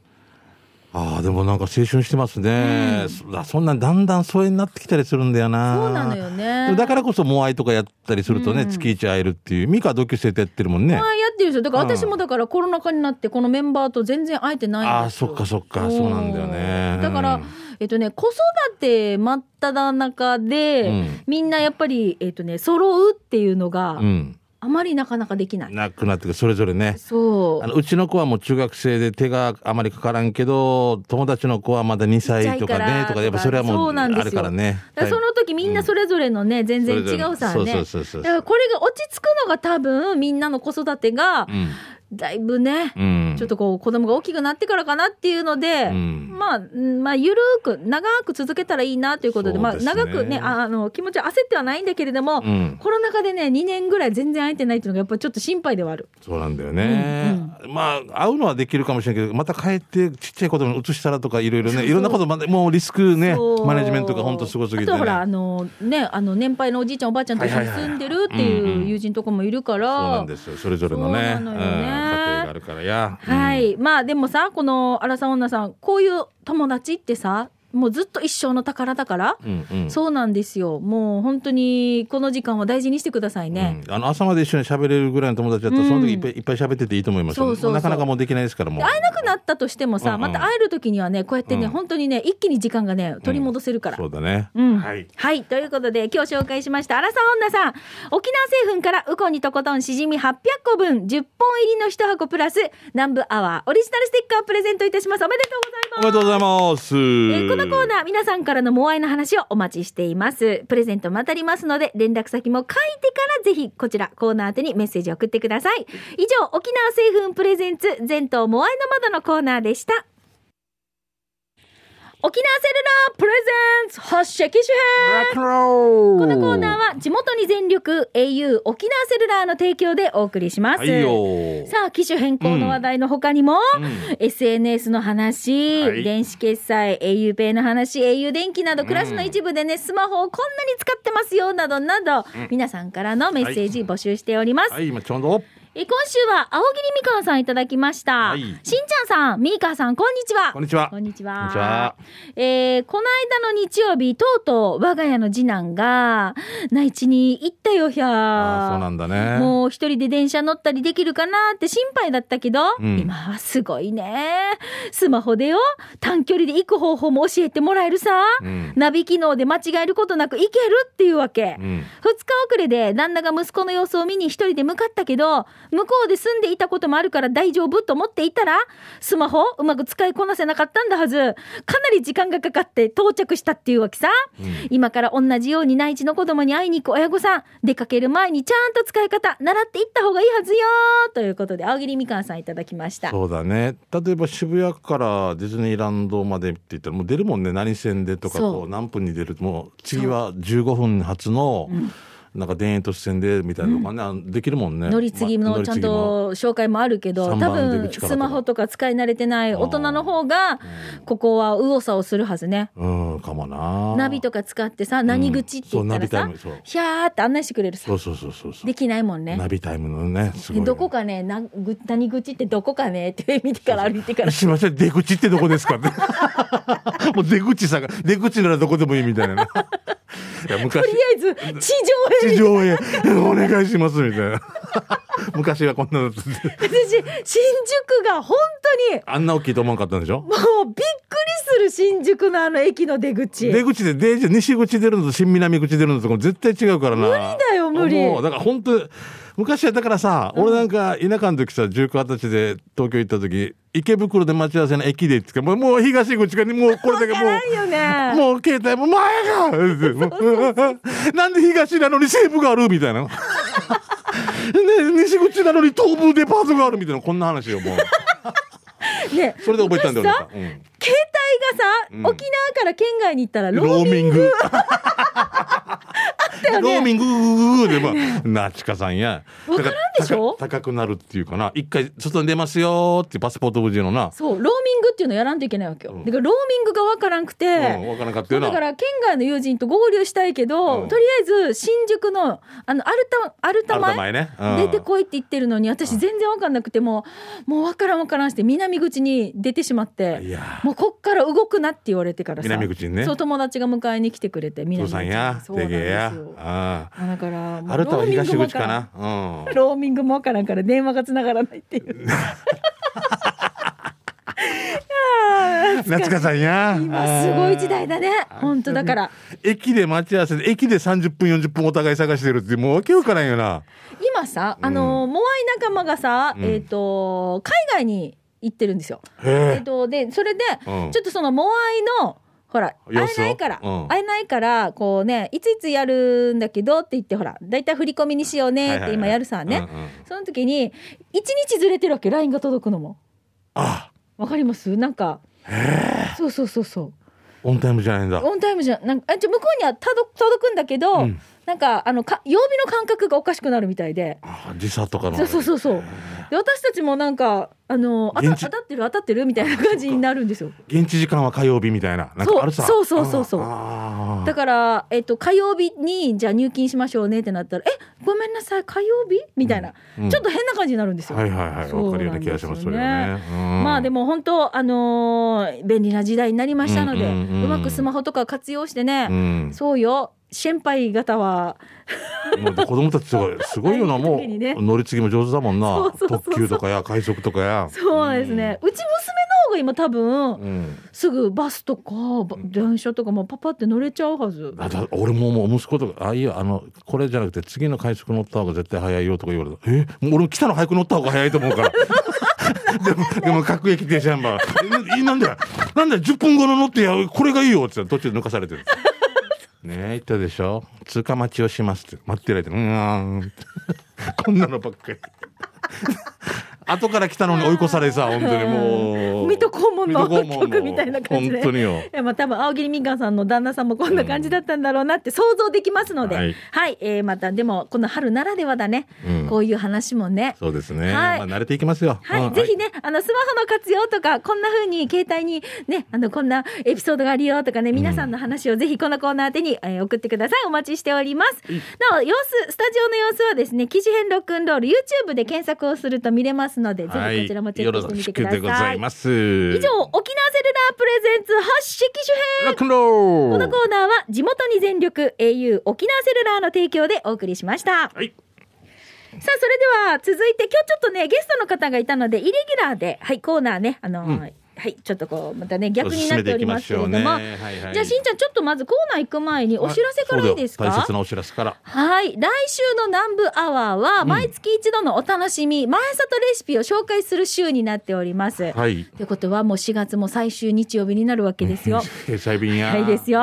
Speaker 2: ああ、でもなんか青春してますね。そそんなんだんだん疎遠になってきたりするんだよな。
Speaker 1: そうなのよね
Speaker 2: だからこそ、モアイとかやったりするとね、
Speaker 1: うん
Speaker 2: 月一会えるっていう。ミカは同級生とやってるもんね。
Speaker 1: まあやってるんですよだから
Speaker 2: うん
Speaker 1: 私もだからコロナ禍になってこのメンバーと全然会えてないんですよ
Speaker 2: あーそっかそっかそうなんだよね
Speaker 1: だから、
Speaker 2: うん
Speaker 1: えっとね子育て真っ只中で、
Speaker 2: うん
Speaker 1: みんなやっぱりえっとね揃うっていうのが、
Speaker 2: うん。
Speaker 1: あまりなかなかできない、
Speaker 2: なくなってくるそれぞれね。
Speaker 1: そう
Speaker 2: あのうちの子はもう中学生で手があまりかからんけど友達の子はまだ2歳とか
Speaker 1: ちっちゃい
Speaker 2: ね
Speaker 1: から
Speaker 2: とかやっぱそれはも
Speaker 1: そううなんですよ
Speaker 2: あるからね
Speaker 1: だからその時みんなそれぞれのね、全然
Speaker 2: それ
Speaker 1: 違
Speaker 2: ぞれの
Speaker 1: うさね
Speaker 2: そうそうそうそう
Speaker 1: だからこれが落ち着くのが多分みんなの子育てが
Speaker 2: うん
Speaker 1: だいぶね、
Speaker 2: うん
Speaker 1: ちょっとこう子供が大きくなってからかなっていうので、
Speaker 2: うん
Speaker 1: まあ、うんまあ、ゆるーく、長く続けたらいいなということで、
Speaker 2: そう
Speaker 1: ま
Speaker 2: で
Speaker 1: あ、
Speaker 2: すね
Speaker 1: 長くね、ああの、気持ちは焦ってはないんだけれども、
Speaker 2: うん
Speaker 1: コロナ禍でね、2年ぐらい全然会えてないっていうのが、やっぱちょっと心配ではある。
Speaker 2: そうなんだよね、まあ会うのはできるかもしれんけどまた帰ってちっちゃい子供に移したらとかいろいろねいろんなことまでもうリスクね
Speaker 1: そう
Speaker 2: マネジメントが本当すごすぎて、ね、
Speaker 1: あとはほら、あの、ね、あの、年配のおじいちゃん、おばあちゃんと一緒に住んでるって
Speaker 2: はいはいはいはい
Speaker 1: い
Speaker 2: うんうん
Speaker 1: う友人とかもいるから、
Speaker 2: そうなんですよそれぞれのね
Speaker 1: そうなのよ
Speaker 2: うん
Speaker 1: ね
Speaker 2: 家庭があるからや、うん
Speaker 1: はい、まあでもさこの荒さ女さんこういう友達ってさもうずっと一生の宝だから、
Speaker 2: うんうん
Speaker 1: そうなんですよもう本当にこの時間は大事にしてくださいね、
Speaker 2: うんあの朝まで一緒に喋れるぐらいの友達だったら、
Speaker 1: うん
Speaker 2: その時いっぱいいっぱい喋ってていいと思いますよ
Speaker 1: そうそうそう
Speaker 2: なかなかもうできないですからもう
Speaker 1: 会えなくなったとしてもさ、
Speaker 2: うんうん
Speaker 1: また会える時にはねこうやってね、
Speaker 2: うん
Speaker 1: 本当にね一気に時間がね取り戻せるから、
Speaker 2: そうだね、
Speaker 1: うん
Speaker 2: はい
Speaker 1: はい。ということで、今日紹介しました、アラサー女さん。沖縄製粉から、ウコンにとことんしじみ800個分、10本入りの1箱プラス、南部アワーオリジナルステッカーをプレゼントいたします。おめでとうございます
Speaker 2: おめでとうございます、
Speaker 1: えーこのコー
Speaker 2: ー
Speaker 1: ナー皆さんからのモアイの話をお待ちしていますプレゼントも当たりますので連絡先も書いてからぜひこちらコーナー宛てにメッセージを送ってください以上沖縄製粉プレゼンツ全島モアイの窓のコーナーでした沖縄セルラープレゼンツ発射機種編このコーナーは地元に全力 au 沖縄セルラーの提供でお送りします。
Speaker 2: はいよ。
Speaker 1: さあ、機種変更の話題の他にも、
Speaker 2: うん
Speaker 1: SNS の話、
Speaker 2: はい
Speaker 1: 電子決済、auPay の話、au 電気など暮らしの一部でね、スマホをこんなに使ってますよ、などなど、皆さんからのメッセージ募集しております。
Speaker 2: はい、今ちょうど。
Speaker 1: え今週は青桐みかんさんいただきました。
Speaker 2: はい
Speaker 1: しんちゃんさん、みーかんさん、こんにちは。
Speaker 2: こんにちは
Speaker 1: こ。んにちは。
Speaker 2: こんにちは
Speaker 1: えーこの間の日曜日、とうとう我が家の次男が、内地に行ったよ、ひゃ
Speaker 2: ああ、そうなんだね。
Speaker 1: もう一人で電車乗ったりできるかなって心配だったけど、
Speaker 2: うん
Speaker 1: 今はすごいね。スマホでよ、短距離で行く方法も教えてもらえるさ。
Speaker 2: うん。
Speaker 1: ナビ機能で間違えることなく行けるっていうわけ。
Speaker 2: うん。
Speaker 1: 2日遅れで旦那が息子の様子を見に一人で向かったけど向こうで住んでいたこともあるから大丈夫と思っていたらスマホをうまく使いこなせなかったんだはずかなり時間がかかって到着したっていうわけさ
Speaker 2: うん
Speaker 1: 今から同じように内地の子供に会いに行く親御さん出かける前にちゃんと使い方習っていった方がいいはずよということで青桐みかんさんいただきました
Speaker 2: そうだね例えば渋谷からディズニーランドまでって言ったらもう出るもんね何線でとか
Speaker 1: そう
Speaker 2: こう何分に出るもう次は15分発のなんか田園都市線でみたいなのがね、あのできるもんね
Speaker 1: 乗り継ぎ
Speaker 2: まあ乗
Speaker 1: の
Speaker 2: り
Speaker 1: ちゃ
Speaker 2: 継
Speaker 1: ん
Speaker 2: ぎも
Speaker 1: と紹介もあるけど
Speaker 2: 三
Speaker 1: 多
Speaker 2: 番出
Speaker 1: 分
Speaker 2: 口からとか
Speaker 1: スマホとか使い慣れてない大人の方がここは右往左往するはずね
Speaker 2: うんかもな
Speaker 1: ナビとか使ってさ何口って言ったらさ、
Speaker 2: うんそうナビタイムそう
Speaker 1: ひゃーって案内してくれるさ
Speaker 2: そうそうそうそうそう
Speaker 1: できないもんね
Speaker 2: ナビタイムのねすごい
Speaker 1: で
Speaker 2: よ
Speaker 1: どこかねなぐ何口ってどこかねって見てから歩いてから
Speaker 2: すいません出口ってどこですかって [LAUGHS] もう出口さが出口ならどこでもいいみたいなねいや
Speaker 1: と
Speaker 2: 昔
Speaker 1: りあえず地上へ
Speaker 2: 地上へお願いしますみたいな [LAUGHS] 昔はこんなのだった
Speaker 1: 私新宿が本当に
Speaker 2: あんな大きいと思わなかったんでしょ
Speaker 1: もうびっくりする新宿のあの駅の出口
Speaker 2: [LAUGHS] 出口で出口西口出るのと新南口出るのと絶対違うからな無理
Speaker 1: だよ無理
Speaker 2: もうだから本当昔はだからさ、俺なんか田舎の時さ19二十歳で東京行った時池袋で待ち合わせの駅でって言ってもうもう東口がねもうこれだけもう
Speaker 1: ないよね
Speaker 2: もう携帯も前がもうなんで東なのに西部があるみたいな。ね、西口なのに東部デパートがあるみたいなこんな話よもう
Speaker 1: ね
Speaker 2: それで覚えたん
Speaker 1: 昔さ
Speaker 2: だよなんか
Speaker 1: 携
Speaker 2: うん
Speaker 1: 帯
Speaker 2: うん
Speaker 1: がさ沖縄から県外に行ったらロ
Speaker 2: ロ
Speaker 1: ー
Speaker 2: ー
Speaker 1: ミング
Speaker 2: ミング。
Speaker 1: よね
Speaker 2: ローミンググーグーグーで、まあ、なちかさんや。
Speaker 1: わからんでしょ
Speaker 2: だから高高くなるっていうかな。一回、外に出ますよーってパスポート無事のな。
Speaker 1: そうローミングっていうのやらんといけないわけよ、
Speaker 2: うん
Speaker 1: だからローミングがわからんくて、
Speaker 2: うん、わからなかったよな。
Speaker 1: だから県外の友人と合流したいけど、
Speaker 2: うん
Speaker 1: とりあえず新宿のあのアルタアルタ
Speaker 2: あ
Speaker 1: 前
Speaker 2: る前ね。
Speaker 1: 出てこいって言ってるのに私全然分かんなくてもうもう分からん分からんして南口に出てしまっ
Speaker 2: い
Speaker 1: て
Speaker 2: や
Speaker 1: もうこっから動くなって言われてからさ
Speaker 2: 南口にね
Speaker 1: そう友達が迎えに来てくれて
Speaker 2: ー、
Speaker 1: 南
Speaker 2: 父
Speaker 1: 口
Speaker 2: さんや、
Speaker 1: そうな
Speaker 2: で
Speaker 1: ん
Speaker 2: げえ
Speaker 1: で
Speaker 2: や
Speaker 1: すよ。
Speaker 2: あ
Speaker 1: あだから
Speaker 2: あ。
Speaker 1: もう
Speaker 2: あるたは東
Speaker 1: ローミングもわ
Speaker 2: 口
Speaker 1: ら
Speaker 2: か
Speaker 1: ん
Speaker 2: な。うん。
Speaker 1: ローミングもわからんから電話がつながらないって
Speaker 2: [LAUGHS]
Speaker 1: いう。
Speaker 2: 夏香さんや。
Speaker 1: 今すごい時代だね。本当だから。
Speaker 2: 駅で待ち合わせで、駅で30分、40分お互い探してるって、もうわけわからんよな。
Speaker 1: 今さ、あの、モアイ仲間がさ、
Speaker 2: うん
Speaker 1: えっ、と、海外に行ってるんですよ。えっ
Speaker 2: へ
Speaker 1: と、で、それで、
Speaker 2: え。うん
Speaker 1: ちょっとそのモアイの、ほら、会え
Speaker 2: 様子を
Speaker 1: ないから、
Speaker 2: うん
Speaker 1: 会えないから、こうね、いついつやるんだけどって言って、ほら、だいたい振り込みにしようねって今やるさね。。
Speaker 2: はいはいはいうんうん
Speaker 1: その時に、一日ずれてるわけ、LINE が届くのも。
Speaker 2: あ、
Speaker 1: わかりますなんか、そうそうそうそう。
Speaker 2: オンタイムじゃないんだ。
Speaker 1: オンタイムじゃなんかあちょ向こうにはたど届くんだけど、
Speaker 2: うん
Speaker 1: なんかあのか曜日の感覚がおかしくなるみたいで。
Speaker 2: あ時差とかの。
Speaker 1: そうそうそうそう。で私たちもなんかあのあた
Speaker 2: 現地
Speaker 1: 当たってる当たってるみたいな感じになるんですよ。
Speaker 2: 現地時間は火曜日みたいな。なん
Speaker 1: そう
Speaker 2: かあるさ。
Speaker 1: そうそうそうそう
Speaker 2: あー
Speaker 1: だからえっと火曜日にじゃあ入金しましょうねってなったらえごめんなさい火曜日みたいな、
Speaker 2: うん
Speaker 1: ちょっと変な感じになるんですよ。
Speaker 2: はいはいはい。わかるような気がします。
Speaker 1: そ
Speaker 2: そうれ
Speaker 1: なん
Speaker 2: は
Speaker 1: で
Speaker 2: ね。
Speaker 1: まあで
Speaker 2: も。
Speaker 1: も本当あのー便利な時代になりましたので、う
Speaker 2: うんうんうんうん
Speaker 1: まくスマホとか活用してね、
Speaker 2: うん。
Speaker 1: そうよ先輩方は
Speaker 2: もう子供た
Speaker 1: [LAUGHS]
Speaker 2: ちとかすごいよ
Speaker 1: ああ
Speaker 2: な。
Speaker 1: いう
Speaker 2: も
Speaker 1: 時にね
Speaker 2: う乗り継ぎも上手だもんな
Speaker 1: そうそうそう。そう
Speaker 2: 特急とかや快速とかや。
Speaker 1: そうですね、うち娘の方が今多分、
Speaker 2: うん。
Speaker 1: すぐバスとかば電車とかもパパって乗れちゃうはず
Speaker 2: あだ俺ももう息子とか、あ、いいよ、あの、これじゃなくて次の快速乗った方が絶対早いよとか言われた。えもう俺も来たの早く乗った方が早いと思うから。 [LAUGHS] でも、でも各駅停車ンバー。え、なんだよ、なんだよ、10分後の乗ってや、これがいいよって言ったら途中で抜かされてる。ねえ、言ったでしょ通過待ちを [LAUGHS] しますって。待ってられて、うーん。こんなのばっかり。 [LAUGHS] 後から来たのに追い越されさ本当にもう
Speaker 1: 水戸黄門の
Speaker 2: 水戸黄門
Speaker 1: 曲みたいな感じで
Speaker 2: 本当によ
Speaker 1: い [LAUGHS] やまあ多分青桐民間さんの旦那さんもこんな感じだったんだろうなって想像できますので、
Speaker 2: うん
Speaker 1: は
Speaker 2: はいい、
Speaker 1: えーまたでもこの春ならではだね、
Speaker 2: うん
Speaker 1: こういう話もね。
Speaker 2: そうですね、
Speaker 1: はい
Speaker 2: まあ慣れていきますよ
Speaker 1: はい、
Speaker 2: うん
Speaker 1: ぜひね、あのスマホの活用とか、こんな風に携帯にね、あのこんなエピソードがあるよとかね、皆さんの話をぜひこのコーナー宛てに、えー送ってください。お待ちしております。なお、様子、スタジオの様子はですね、記事編ロックンロール YouTube で検索をすると見れますので、ぜ
Speaker 2: は
Speaker 1: ひ
Speaker 2: い
Speaker 1: こちらもチェックしてみてください。
Speaker 2: よろしくでございます
Speaker 1: 以
Speaker 2: 以
Speaker 1: 上、沖縄セルラープレゼンツ発式機種編
Speaker 2: ロックンロ
Speaker 1: こ
Speaker 2: ー
Speaker 1: の
Speaker 2: ル
Speaker 1: コーナーは地元に全力 au 沖縄セルラーの提供でお送りしました。
Speaker 2: はい
Speaker 1: さあ、それでは続いて今日ちょっとね、ゲストの方がいたので、イレギュラーで、はい、コーナーね、あのー
Speaker 2: うん
Speaker 1: はい、ちょっとこう、またね、逆になっておりますけれども、
Speaker 2: 進めていきましょうねはいはい
Speaker 1: じゃあ、しんちゃん、ちょっとまずコーナー行く前にお知らせからいいですか、
Speaker 2: そうだよ大切なお知らせから
Speaker 1: はい。来週の南部アワーは、毎月一度のお楽しみ、前里レシピを紹介する週になっております。
Speaker 2: はい
Speaker 1: ということは、もう4月も最終日曜日になるわけです
Speaker 2: [LAUGHS]
Speaker 1: よ。
Speaker 2: えサイビンや
Speaker 1: はいですよ。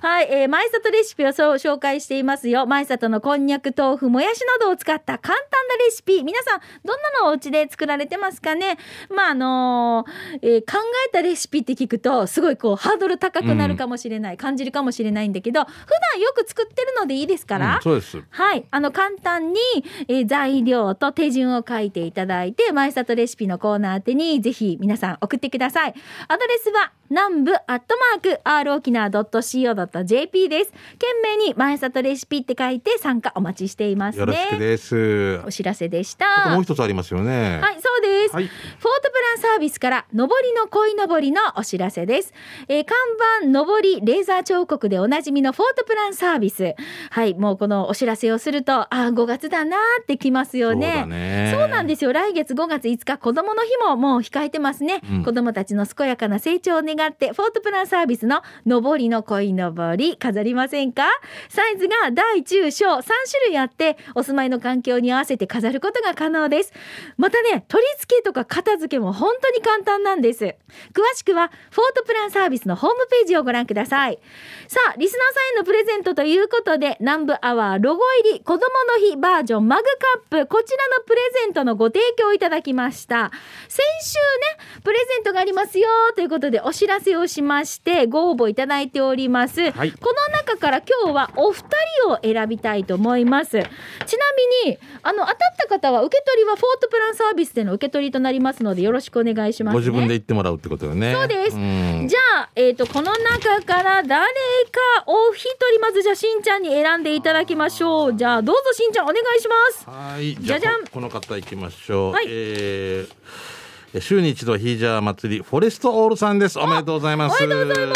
Speaker 1: はい、えー、前里レシピをそう紹介していますよ。前里のこんにゃく、豆腐、もやしなどを使った簡単なレシピ。皆さん、どんなのをお家で作られてますかねまあ、あのーえー考えたレシピって聞くと、すごいこう、ハードル高くなるかもしれない、感じるかもしれないんだけど、普段よく作ってるのでいいですから。
Speaker 2: うんそうです
Speaker 1: はい。あの、簡単に、えー材料と手順を書いていただいて、前里レシピのコーナー宛てに、ぜひ皆さん送ってください。アドレスは、南部アットマーク、r 沖縄 .co.jp です。懸命に、前里レシピって書いて参加お待ちしていますね。
Speaker 2: よろしくです
Speaker 1: お知らせでした。
Speaker 2: あともう一つありますよね
Speaker 1: はい、そうです。
Speaker 2: はい
Speaker 1: フォートプランサービスから、上りの鯉のぼりのお知らせです。えー看板、上り、レーザー彫刻でおなじみのフォートプランサービス。はい、もうこのお知らせをすると、あー、5月だなーってきますよね。
Speaker 2: そうだね
Speaker 1: そうなんですよ。来月5月5日、子供の日ももう控えてますね。
Speaker 2: うん
Speaker 1: 子供たちの健やかな成長を願って、フォートプランサービスの上りの鯉のぼり飾りませんかサイズが大中小3種類あって、お住まいの環境に合わせて飾ることが可能です。またね、取り付けとか片付けも本当に簡単なんです。詳しくは、フォートプランサービスのホームページをご覧ください。さあ、リスナーさんへのプレゼントということで、南部アワーロゴ入り子供の日バージョンマグカップ、こちらのプレゼントのご提供をいただきました。先週ね、プレゼントがありますよということでお知らせをしまして、ご応募いただいております。
Speaker 2: はい
Speaker 1: この中から今日はお二人を選びたいと思います。ちなみに、あの、当たった方は受け取りはフォートプランサービスでの受け取りとなりますので、よろしくお願いします、ね。
Speaker 2: ご自分で言ってもらうってことよね
Speaker 1: そうです
Speaker 2: ん
Speaker 1: じゃあ、えっ、と、この中から誰かお一人まず、じゃあ、しんちゃんに選んでいただきましょう。じゃあ、どうぞしんちゃんお願いします。
Speaker 2: はい、
Speaker 1: じ
Speaker 2: じ
Speaker 1: ゃ
Speaker 2: ゃ
Speaker 1: じ
Speaker 2: じ
Speaker 1: ゃ
Speaker 2: ゃ
Speaker 1: ん
Speaker 2: ん。この方行きましょう。
Speaker 1: はい
Speaker 2: えー週に一度ヒージャー祭りフォレストオールさんです。おめでとうございます。
Speaker 1: おめでとうございま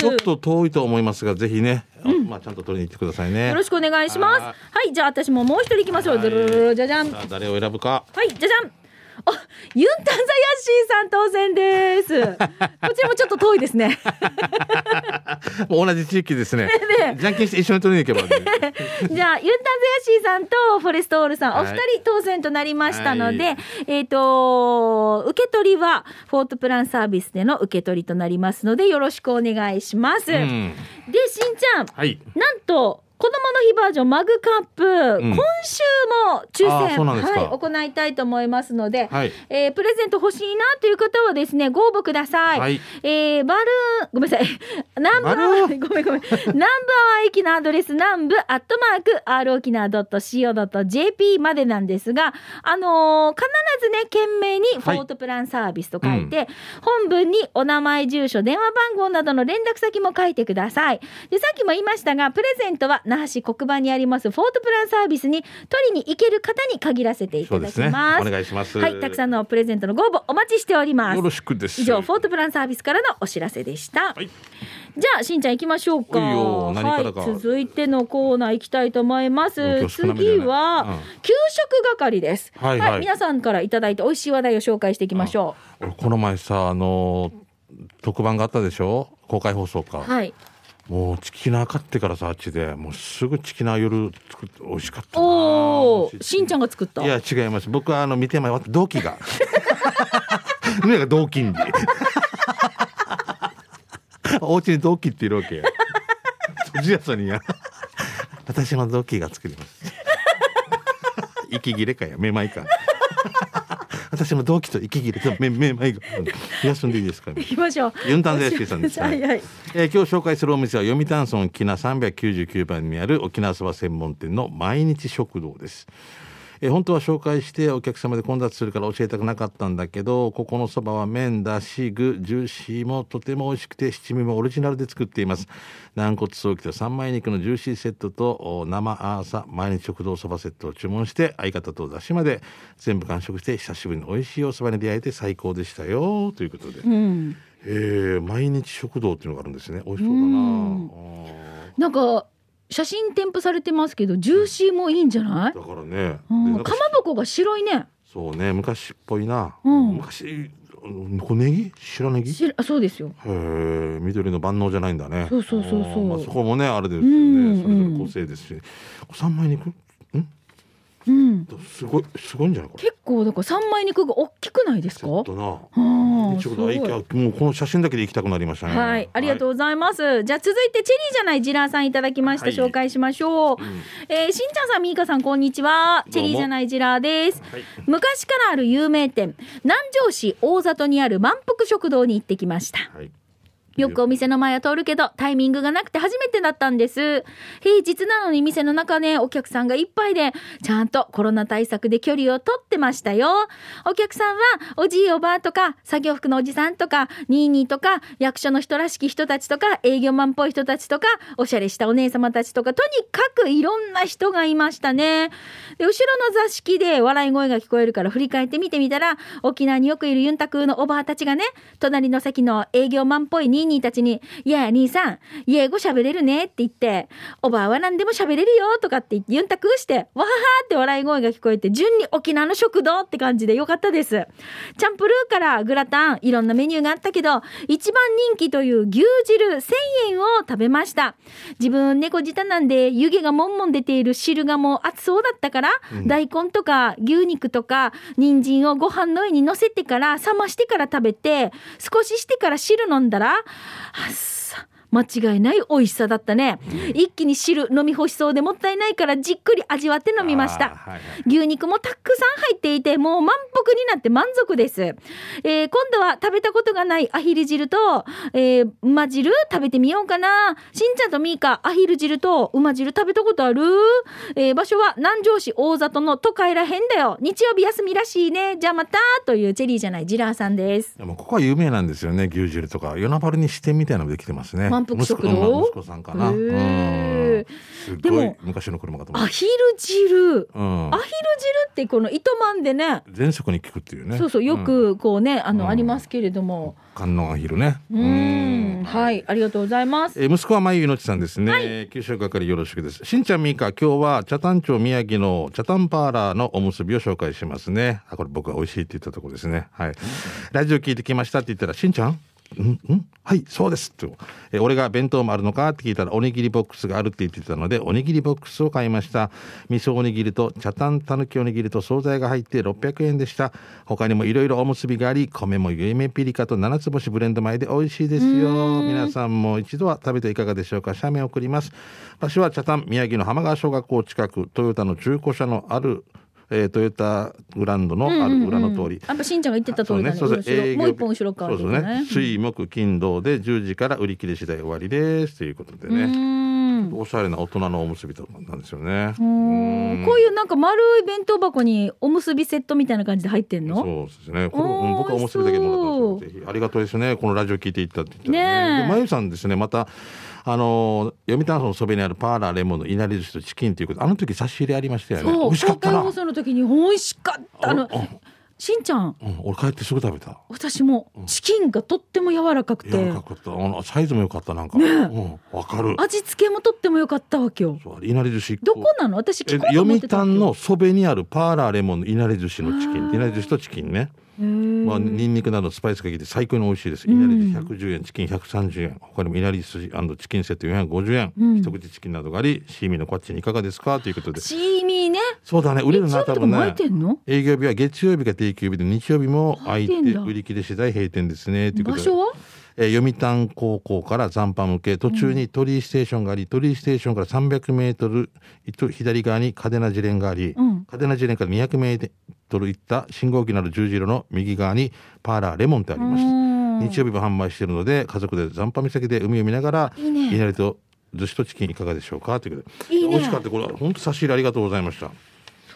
Speaker 2: ちょっと遠いと思いますが、ぜひね、あまあちゃんと取りに行ってくださいね。
Speaker 1: よろしくお願いします。
Speaker 2: は
Speaker 1: はい、じゃあ、私ももう一人行きましょう。
Speaker 2: はい
Speaker 1: ずるるるるじゃじゃん。
Speaker 2: さ
Speaker 1: は
Speaker 2: あ誰を選ぶか。
Speaker 1: い、じゃじゃん。あ、ユンタンザヤッシーさん当選です。こちらもちょっと遠いですね。
Speaker 2: もう同じ地域ですね。
Speaker 1: [LAUGHS] ね
Speaker 2: じゃんけんして一緒に取りに行け
Speaker 1: [LAUGHS]
Speaker 2: ばいい。
Speaker 1: じゃあ、ユンタンゼヤシーさんとフォレストオールさん、お二
Speaker 2: はい
Speaker 1: 人当選となりましたので、
Speaker 2: はい
Speaker 1: えっ、と、受け取りは、フォートプランサービスでの受け取りとなりますので、よろしくお願いします。
Speaker 2: うん、
Speaker 1: で、しんちゃん、
Speaker 2: はい。
Speaker 1: なんと、子供の日バージョンマグカップ、
Speaker 2: ん
Speaker 1: 今週も抽
Speaker 2: あー
Speaker 1: 選、
Speaker 2: そうなんですか
Speaker 1: はい、行いたいと思いますので、
Speaker 2: はい
Speaker 1: えープレゼント欲しいなという方はですね、ご応募ください。
Speaker 2: はい
Speaker 1: えーバルーン、ごめんなさい。 [LAUGHS] 南部アワー、 [LAUGHS] ごめんごめん。南部アワー駅のアドレス、南部アットマーク、r 沖縄 .co.jp までなんですが、あのー必ずね、懸命にフ
Speaker 2: はい
Speaker 1: ォートプランサービスと書いて、本文にお名前、住所、電話番号などの連絡先も書いてください。で、さっきも言いましたが、プレゼントは那覇市黒板にありますフォートプランサービスに取りに行ける方に限らせていた
Speaker 2: そうで
Speaker 1: だき
Speaker 2: すね。お
Speaker 1: ます。
Speaker 2: 願いします。
Speaker 1: はい、たくさんのプレゼントのご応募お待ちしております
Speaker 2: よ。ろしくです。
Speaker 1: 以上、フォートプランサービスからのお知らせでした。
Speaker 2: はい
Speaker 1: じゃあ、しんちゃん行きましょうか。
Speaker 2: おいよ何からか
Speaker 1: はい、続いてのコーナー行きたいと思います
Speaker 2: もう。今日少なめだ
Speaker 1: 次
Speaker 2: ね
Speaker 1: は、
Speaker 2: うん
Speaker 1: 給食係です、
Speaker 2: はいはい
Speaker 1: 皆さんからいただいて美味しい話題を紹介していきましょ
Speaker 2: 俺この前さあの特番があったでしょ。公開放送か。
Speaker 1: う。はい。
Speaker 2: もうチキナー買ってからさあっちでもうすぐチキナー夜作って美味しかったな
Speaker 1: おお、しんちゃん
Speaker 2: が
Speaker 1: が作った。
Speaker 2: いや違います僕はあの見て前は同期が [LAUGHS] 目が同期に [LAUGHS] お家に同期っているわけや藤屋さんにや私 [LAUGHS] も同期が作ります息切れかやめまいか私も同期と息切れとめめまいが休んでいいですか
Speaker 1: 行きましょう。
Speaker 2: ユンタンゼイスキーさんです
Speaker 1: はいはい。
Speaker 2: えー今日紹介するお店は読谷村沖縄399番にある沖縄そば専門店の毎日食堂です。えー本当は紹介してお客様で混雑するから教えたくなかったんだけどここのそばは麺だし具ジューシーもとても美味しくて七味もオリジナルで作っています軟骨早期と三枚肉のジューシーセットとお生アーサ毎日食堂そばセットを注文して相方とだしまで全部完食して久しぶりに美味しいおそばに出会えて最高でしたよということで
Speaker 1: うん。
Speaker 2: えー、毎日食堂っていうのがあるんですね。美味しそうだ
Speaker 1: うん
Speaker 2: な。
Speaker 1: なんか写真添付されてますけどジューシーもいいんじゃない
Speaker 2: あー？だから
Speaker 1: う
Speaker 2: ね。でなん
Speaker 1: ん。
Speaker 2: か
Speaker 1: かまぼこが白いね。
Speaker 2: そうね、昔っぽいな。
Speaker 1: うん
Speaker 2: 昔、あの小ネギ、白ネギ。
Speaker 1: しあそうですよ。
Speaker 2: へえ、緑の万能じゃないんだね。
Speaker 1: そうそうそうそう
Speaker 2: あーまあ、そこもね、あれですよ
Speaker 1: うん
Speaker 2: ね。それぞれ個性ですし。三枚肉。
Speaker 1: うん。
Speaker 2: すごい、すごいんじゃない、これ。
Speaker 1: 結構だから三枚肉が大きくないです
Speaker 2: セ
Speaker 1: か？
Speaker 2: ットな。
Speaker 1: ああ、
Speaker 2: 一
Speaker 1: す
Speaker 2: 応
Speaker 1: ご
Speaker 2: 大
Speaker 1: い。
Speaker 2: 体もうこの写真だけで行きたくなりましたね。
Speaker 1: はい、ありがとう
Speaker 2: う。
Speaker 1: ございます。じゃあ続いてチェリーじゃないジラーさんいただきました、
Speaker 2: はい
Speaker 1: 紹介しましょう。
Speaker 2: うん
Speaker 1: えーしんちゃんさん、みーかさん、こんにちは。チェリーじゃないジラーです。
Speaker 2: はい
Speaker 1: 昔からある有名店、南城市大里にある満腹食堂に行ってきました。
Speaker 2: はい。
Speaker 1: よくお店の前は通るけど、タイミングがなくて初めてだったんです。平日なのに店の中ね、お客さんがいっぱいで、ちゃんとコロナ対策で距離をとってましたよ。お客さんは、おじいおばあとか、作業服のおじさんとか、ニーニーとか、役所の人らしき人たちとか、営業マンっぽい人たちとか、おしゃれしたお姉様たちとか、とにかくいろんな人がいましたね。で後ろの座敷で笑い声が聞こえるから振り返って見てみたら沖縄によくいるユンタクのおばあたちがね隣の席の営業マンっぽいニーニーたちに「いや兄さん英語喋れるね」って言って「おばあは何でも喋れるよ」とかって言ってユンタクして「わはは」って笑い声が聞こえて順に沖縄の食堂って感じでよかったです。チャンプルーからグラタンいろんなメニューがあったけど一番人気という牛汁1000円を食べました自分猫舌なんで湯気がもんもん出ている汁がもう熱そうだったから、大根とか牛肉とか人参をご飯の上に乗せてから冷ましてから食べて少ししてから汁飲んだらあっさ間違いない美味しさだったね一気に汁飲み干しそうでもったいないからじっくり味わって飲みまし
Speaker 2: あー
Speaker 1: た
Speaker 2: はいはい
Speaker 1: 牛肉もたくさん入っていてもう満腹になって満足です、えー今度は食べたことがないアヒル汁と、えー馬汁食べてみようかなしんちゃんとみーかアヒル汁と馬汁食べたことある、えー場所は南城市大里の都会らへんだよ日曜日休みらしいねじゃあまたというチェリーじゃないジラーさんです
Speaker 2: でもここは有名なんですよね牛汁とか夜なばるに支店みたいなのできてますね
Speaker 1: 満腹食堂
Speaker 2: 息子うん息子さんか
Speaker 1: へ
Speaker 2: な
Speaker 1: ー
Speaker 2: うんす
Speaker 1: で
Speaker 2: ごい
Speaker 1: も
Speaker 2: 昔の車かと思
Speaker 1: ア
Speaker 2: う
Speaker 1: ヒル汁
Speaker 2: うん
Speaker 1: アヒル汁ってこの糸満でね
Speaker 2: 全職に効くっていうね
Speaker 1: そうそうよ
Speaker 2: ん
Speaker 1: くこうね、あ
Speaker 2: う
Speaker 1: の
Speaker 2: ん
Speaker 1: ありますけれども
Speaker 2: 観音アヒルね
Speaker 1: うん
Speaker 2: うん
Speaker 1: はいありがとうございます
Speaker 2: えー息子はまゆいのちさんですね、給食係よろしくですしんちゃんみーか今日は茶炭町宮城の茶炭パーラーのおむすびを紹介しますねあこれ僕が美味しいって言ったところですねはい、ラジオ聞いてきましたって言ったらしんちゃんうんうんはいそうですと、えー俺が弁当もあるのかって聞いたらおにぎりボックスがあるって言ってたのでおにぎりボックスを買いました味噌おにぎりと茶炭たぬきおにぎりと惣菜が入って600円でした他にもいろいろおむすびがあり米もゆめピリカと七つ星ブレンド米で美味しいですよ皆さんも一度は食べていかがでしょうか写メ送ります場所は茶炭宮城の浜川小学校近くトヨタの中古車のある、えートヨタグランドのある裏の通り、
Speaker 1: やっぱしんちゃんが言ってた通りだね。
Speaker 2: そうねそうそう
Speaker 1: 後ろ
Speaker 2: 営業
Speaker 1: もう一本後ろか
Speaker 2: そうですね。水木金土で10時から売り切れ次第終わりですということで
Speaker 1: うー
Speaker 2: ね。
Speaker 1: ん。
Speaker 2: おしゃれな大人のおむすびとかなんですよね。
Speaker 1: うーんこういうなんか丸い弁当箱におむすびセットみたいな感じで入ってんの
Speaker 2: そうですね。これ
Speaker 1: おー
Speaker 2: うん僕はおむすびだけ
Speaker 1: 美
Speaker 2: もらったんですけどぜひありがたいですね。このラジオ聞いていったって言ったら
Speaker 1: ねえ
Speaker 2: ね。でまゆさんですね。またあのー読谷村のそべにあるパーラーレモンのいなり寿司とチキンということであの時差し入れありましたよね。美味しか
Speaker 1: 公
Speaker 2: った
Speaker 1: 開
Speaker 2: な。
Speaker 1: 放送の時に美味しかった。あの
Speaker 2: お、
Speaker 1: しんちゃん、
Speaker 2: うん俺帰ってすぐ食べた。
Speaker 1: 私もチキンがとっても柔らかく
Speaker 2: 柔
Speaker 1: て
Speaker 2: らか、かった。あのサイズも良かったなんか。
Speaker 1: ねえ
Speaker 2: うんわかる。
Speaker 1: 味付けもとっても良かったわけよ。
Speaker 2: そういなり寿司一個。
Speaker 1: どこなの私
Speaker 2: え
Speaker 1: 聞こうと思っ
Speaker 2: 読
Speaker 1: てたわけ
Speaker 2: 谷
Speaker 1: よ。
Speaker 2: のそべにあるパーラーレモンのいなり寿司のチキ
Speaker 1: あ
Speaker 2: ン
Speaker 1: ー
Speaker 2: いなり寿司とチキンね、ま
Speaker 1: ま
Speaker 2: あ、ニンニクなどのスパイスが効いて最高に美味しいですいなり寿司110円チキン130円他にもいなり寿司チキンセット450円、
Speaker 1: うん
Speaker 2: 一口チキンなどがありシーミーのこっちにいかがですかということで
Speaker 1: シーミーね。
Speaker 2: そうだね売
Speaker 1: 日
Speaker 2: れるな
Speaker 1: 曜日
Speaker 2: 多
Speaker 1: とか
Speaker 2: 分
Speaker 1: 巻い
Speaker 2: ね
Speaker 1: てんの
Speaker 2: 営業日は月曜日が定休日で日曜日も空い
Speaker 1: 空いて
Speaker 2: て
Speaker 1: んだ
Speaker 2: 売り切れ次第閉店ですねというこ
Speaker 1: 場
Speaker 2: とで
Speaker 1: 所は
Speaker 2: ええー読谷高校から残波向け途中に鳥居ステーションがあり、鳥居ステーションから300メートル左側に嘉手納ジレンがあり、
Speaker 1: うん
Speaker 2: 嘉手納ジレンから200メートル行った信号機のある十字路の右側にパーラーレモンってありました。日曜日も販売しているので家族で残波岬で海を見ながら
Speaker 1: いいね
Speaker 2: いなりと寿司とチキンいかがでしょうかということで
Speaker 1: いいね
Speaker 2: 美味しかったこれ本当差し入れありがとうございました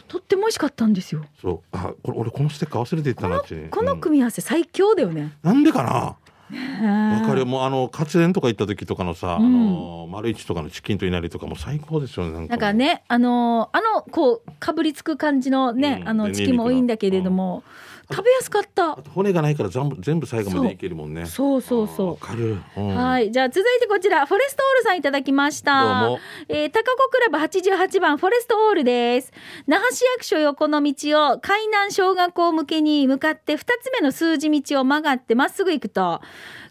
Speaker 1: とっても美味しかったんですよ
Speaker 2: そうあこれ俺このステッカー忘れていったなっちに
Speaker 1: この
Speaker 2: うん
Speaker 1: 組み合わせ最強だよね
Speaker 2: なんでかなわ
Speaker 1: わ
Speaker 2: かるよもうあの活園とか行った時とかのさ、
Speaker 1: うん
Speaker 2: あの丸一とかのチキンといなりとかも最高ですよねなんか
Speaker 1: なんかね、あのーあの、こう、かぶりつく感じのね、
Speaker 2: うん
Speaker 1: あの、
Speaker 2: で
Speaker 1: 月もいいんだけれども、食べやすかった
Speaker 2: あ。と骨がないから全部全部最後までいけるもんね
Speaker 1: そうそう
Speaker 2: わ
Speaker 1: そ
Speaker 2: かる、
Speaker 1: う。
Speaker 2: い
Speaker 1: はい。じゃあ続いてこちら、フォレストオールさんいただきました。
Speaker 2: どうも
Speaker 1: えー高子クラブ88番、フォレストオールです。那覇市役所横の道を、海南小学校向けに向かって、2つ目の数字道を曲がってまっすぐ行くと、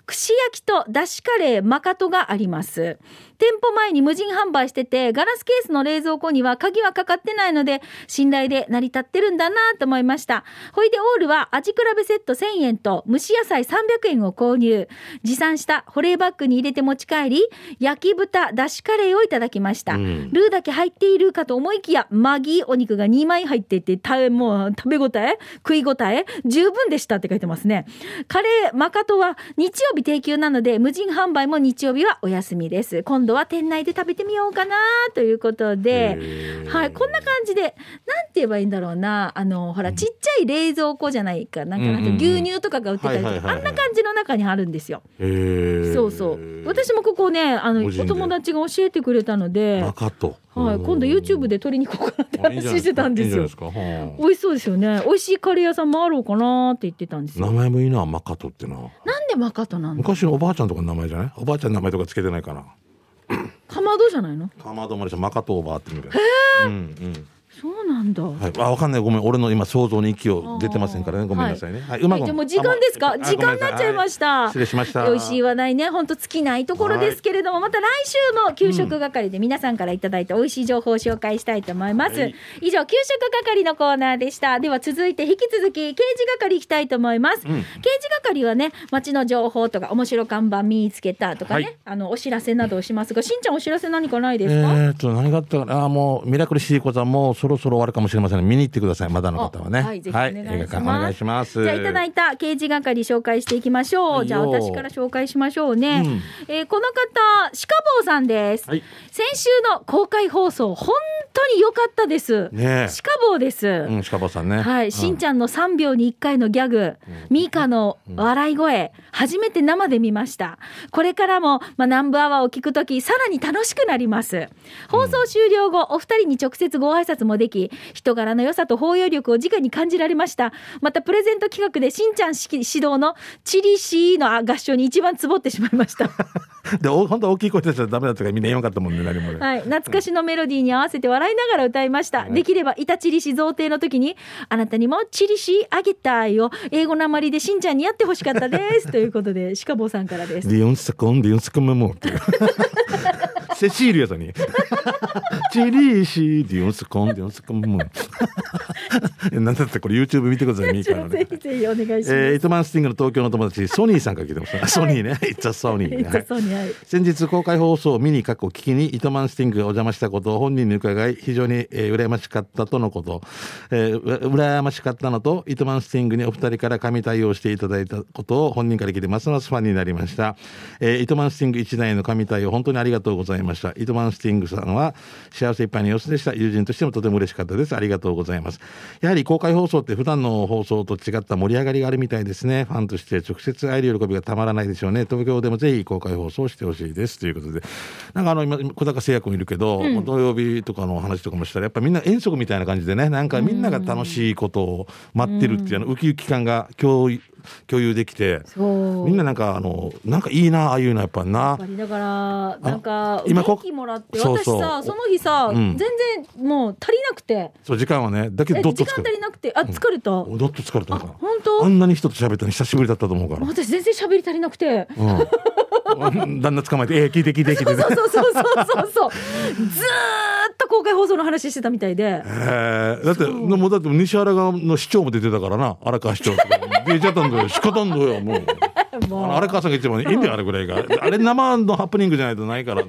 Speaker 1: 串焼きとだしカレーマカトがあります店舗前に無人販売しててガラスケースの冷蔵庫には鍵はかかってないので信頼で成り立ってるんだなと思いましたほいでオールは味比べセット1000円と蒸し野菜300円を購入持参した保冷バッグに入れて持ち帰り焼き豚だしカレーをいただきました、
Speaker 2: うん
Speaker 1: ルーだけ入っているかと思いきやマギーお肉が2枚入っていてたもう食べ応え食い応え十分でしたって書いてますねカレーマカトは日曜日定休なので無人販売も日曜日はお休みです今度は店内で食べてみようかなということで
Speaker 2: へー
Speaker 1: はいこんな感じでなんて言えばいいんだろうなあのほらちっちゃい冷蔵庫じゃないかなんかなん
Speaker 2: うんうん
Speaker 1: か
Speaker 2: うん
Speaker 1: 牛乳とかが売ってたり
Speaker 2: はい
Speaker 1: と
Speaker 2: は
Speaker 1: かあん
Speaker 2: いはいはい
Speaker 1: な感じの中にあるんですよ
Speaker 2: へー
Speaker 1: そうそう私もここねあの
Speaker 2: 個
Speaker 1: お
Speaker 2: 人で
Speaker 1: 友達が教えてくれたので
Speaker 2: バカと
Speaker 1: はい、今度 YouTube で撮りに行こうかなって話してたんですよ。美味しそうですよね。美味しいカレー屋さんもあろうかなって言ってたんです
Speaker 2: 名
Speaker 1: よ。
Speaker 2: 前もいいなマカトってな
Speaker 1: なんでマカトなんだ。
Speaker 2: 昔のおばあちゃんとかの名前じゃないおばあちゃんの名前とかつけてないかな
Speaker 1: かまどじゃないの。
Speaker 2: かまどまでしたマカトおばあってみたいなうん
Speaker 1: そうなんだ。
Speaker 2: うんはいあわかんないごめん俺の今想像に息を出てませんからねごめんなさいねはい馬
Speaker 1: はい、
Speaker 2: 子
Speaker 1: じゃあもう時間です
Speaker 2: あ
Speaker 1: か。
Speaker 2: ご
Speaker 1: 時間になっちゃいました。
Speaker 2: はい失礼しました
Speaker 1: 美味しい話題ね、本当尽きないところですけれども、また来週も給食係で皆さんからいただいた美味しい情報を紹介したいと思います。
Speaker 2: はい
Speaker 1: 以上、給食係のコーナーでした。では続いて引き続き、刑事係行きたいと思います。
Speaker 2: う
Speaker 1: 刑
Speaker 2: ん
Speaker 1: 事係はね、街の情報とか、面白看板見つけたとかね、
Speaker 2: はい
Speaker 1: あの、お知らせなどをしますが、しんちゃんお知らせ何かない
Speaker 2: え
Speaker 1: ですか、
Speaker 2: ーっと何があったかなあーもうミラクルシーコさんもうそろそろ終わるかもしれません見に行ってくださいまだの方はね
Speaker 1: あはいぜひお願いします
Speaker 2: 映画館お願いします
Speaker 1: じゃあいただいた刑事係紹介していきましょう。
Speaker 2: はいよ
Speaker 1: じゃあ私から紹介しましょうね。
Speaker 2: うん
Speaker 1: えーこの方、シカボーさんです。
Speaker 2: はい
Speaker 1: 先週の公開放送、本当に良かったです。
Speaker 2: ね
Speaker 1: シカボーです。
Speaker 2: えうん鹿坊さんね
Speaker 1: はい、しんちゃんの3秒に1回のギャグ、ミイカの笑い声、初めて生で見ました。これからも、まあ、南部アワーを聞くとき、さらに楽しくなります。放送終了後、お二人に直接ご挨拶もでき、人柄の良さと包容力を直に感じられました。また、プレゼント企画でしんちゃん指導のチリシーのあ合唱に一番ツボってしまいました。
Speaker 2: でお本当大きい声出したらダメだったからみんな言わなかったもんね何もね
Speaker 1: はい、懐かしのメロディーに合わせて笑いながら歌いました。できれば、イタチリシ贈呈の時に、あなたにもチリシあげたいを、英語なまりでしんちゃんにやってほしかった
Speaker 2: [LAUGHS]
Speaker 1: です。ということで、シカボーさんからです。
Speaker 2: リオンスコンリオンスコンメ
Speaker 1: [LAUGHS]
Speaker 2: モっていうセシーリアさんにチリーシーリオンスコンリオンスコンメ
Speaker 1: [LAUGHS]
Speaker 2: モなんだってこれ YouTube 見てくださいミー
Speaker 1: ぜ
Speaker 2: カ
Speaker 1: [LAUGHS]
Speaker 2: のね
Speaker 1: ひぜひお願いします。
Speaker 2: えー、イトマンスティングの東京の友達ソニーさんから聞いてます、あソニーね It's a Sony ね、はい
Speaker 1: 痛そうにはい
Speaker 2: 先日公開放送を見に過去聞きに糸満スティングがお邪魔したことを本人に伺い非常に、えー、羨ましかったとのこと、えー、うら羨ましかったのと糸満スティングにお二人から神対応していただいたことを本人から聞いてますますファンになりました、えー、糸満スティング一代の神対応本当にありがとうございました糸満スティングさんは幸せいっぱいの様子でした友人としてもとても嬉しかったですありがとうございますやはり公開放送って普段の放送と違った盛り上がりがあるみたいですねファンとして直接会える喜びがたまらないでしょうね東京でもぜひ公開放送してほしいですということでなんかあの今今小高製薬もいるけど、土曜日とかのお話とかもしたらやっぱみんな遠足みたいな感じでねなんかみんなが楽しいことを待ってるっていうあのウキウキ感が共有共有できて
Speaker 1: そう。
Speaker 2: みんななんかあのなんかいいなああいうのはやっぱな
Speaker 1: やっぱりだから、なんか、
Speaker 2: 今こ
Speaker 1: 元気もらって、
Speaker 2: そう
Speaker 1: 私
Speaker 2: そう
Speaker 1: さ、その日さ、
Speaker 2: うん
Speaker 1: 全然もう足りなくて、
Speaker 2: そう時間はねだけ
Speaker 1: え
Speaker 2: どどっと
Speaker 1: 時
Speaker 2: 疲
Speaker 1: 間
Speaker 2: れ
Speaker 1: 足
Speaker 2: た
Speaker 1: りなくて、あ、疲れた。
Speaker 2: おどっと疲れた
Speaker 1: あ、
Speaker 2: のかな
Speaker 1: 本当
Speaker 2: あんなに人と喋ったの久しぶりだったと思うから。
Speaker 1: 私全然喋り足りなくて。
Speaker 2: うん、旦那捕まえて、えー、聞いて聞いて聞いて。
Speaker 1: そうそうそうそうそ
Speaker 2: [LAUGHS]
Speaker 1: うそう。ずーっと公開放送の話してたみたいで。
Speaker 2: えーだって、もうだって西原側の市長も出てたからな、荒川市長とか。出ちゃったんだよ、仕方んだよ、もう。あ
Speaker 1: もう
Speaker 2: の荒川さんが言ってもねいいんだよあれぐらいがあれ生のハプニングじゃないとな
Speaker 1: [LAUGHS]
Speaker 2: いから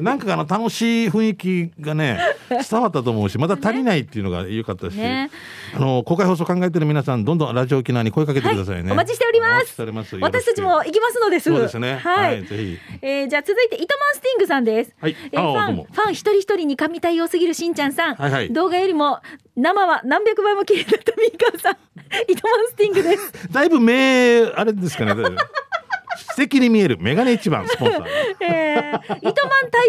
Speaker 2: なんかあの楽しい雰囲気がね伝わったと思うしまだ足りないっていうのが良かったし、
Speaker 1: ね
Speaker 2: あの公開放送考えてる皆さんどんどんラジオ沖縄に声かけてくださいね、
Speaker 1: お待ちしております
Speaker 2: お待ちしておりますよろしく
Speaker 1: 私たちも行きますのです
Speaker 2: そうですね
Speaker 1: はい、
Speaker 2: ぜひ
Speaker 1: えーじゃあ続いて糸満スティングさんです、
Speaker 2: はい
Speaker 1: えー
Speaker 2: あ
Speaker 1: フ
Speaker 2: ど
Speaker 1: ァ
Speaker 2: う
Speaker 1: ン
Speaker 2: も
Speaker 1: ファン一人一人に神対応すぎるしんちゃんさん、
Speaker 2: はいはい
Speaker 1: 動画よりも生は何百倍も綺麗だったみーかんさん [LAUGHS] 糸満スティングです
Speaker 2: だいぶ目あれですかねだいぶ素敵に見えるメガネ一番ス
Speaker 1: [LAUGHS]
Speaker 2: ポンサー
Speaker 1: えー、糸満滞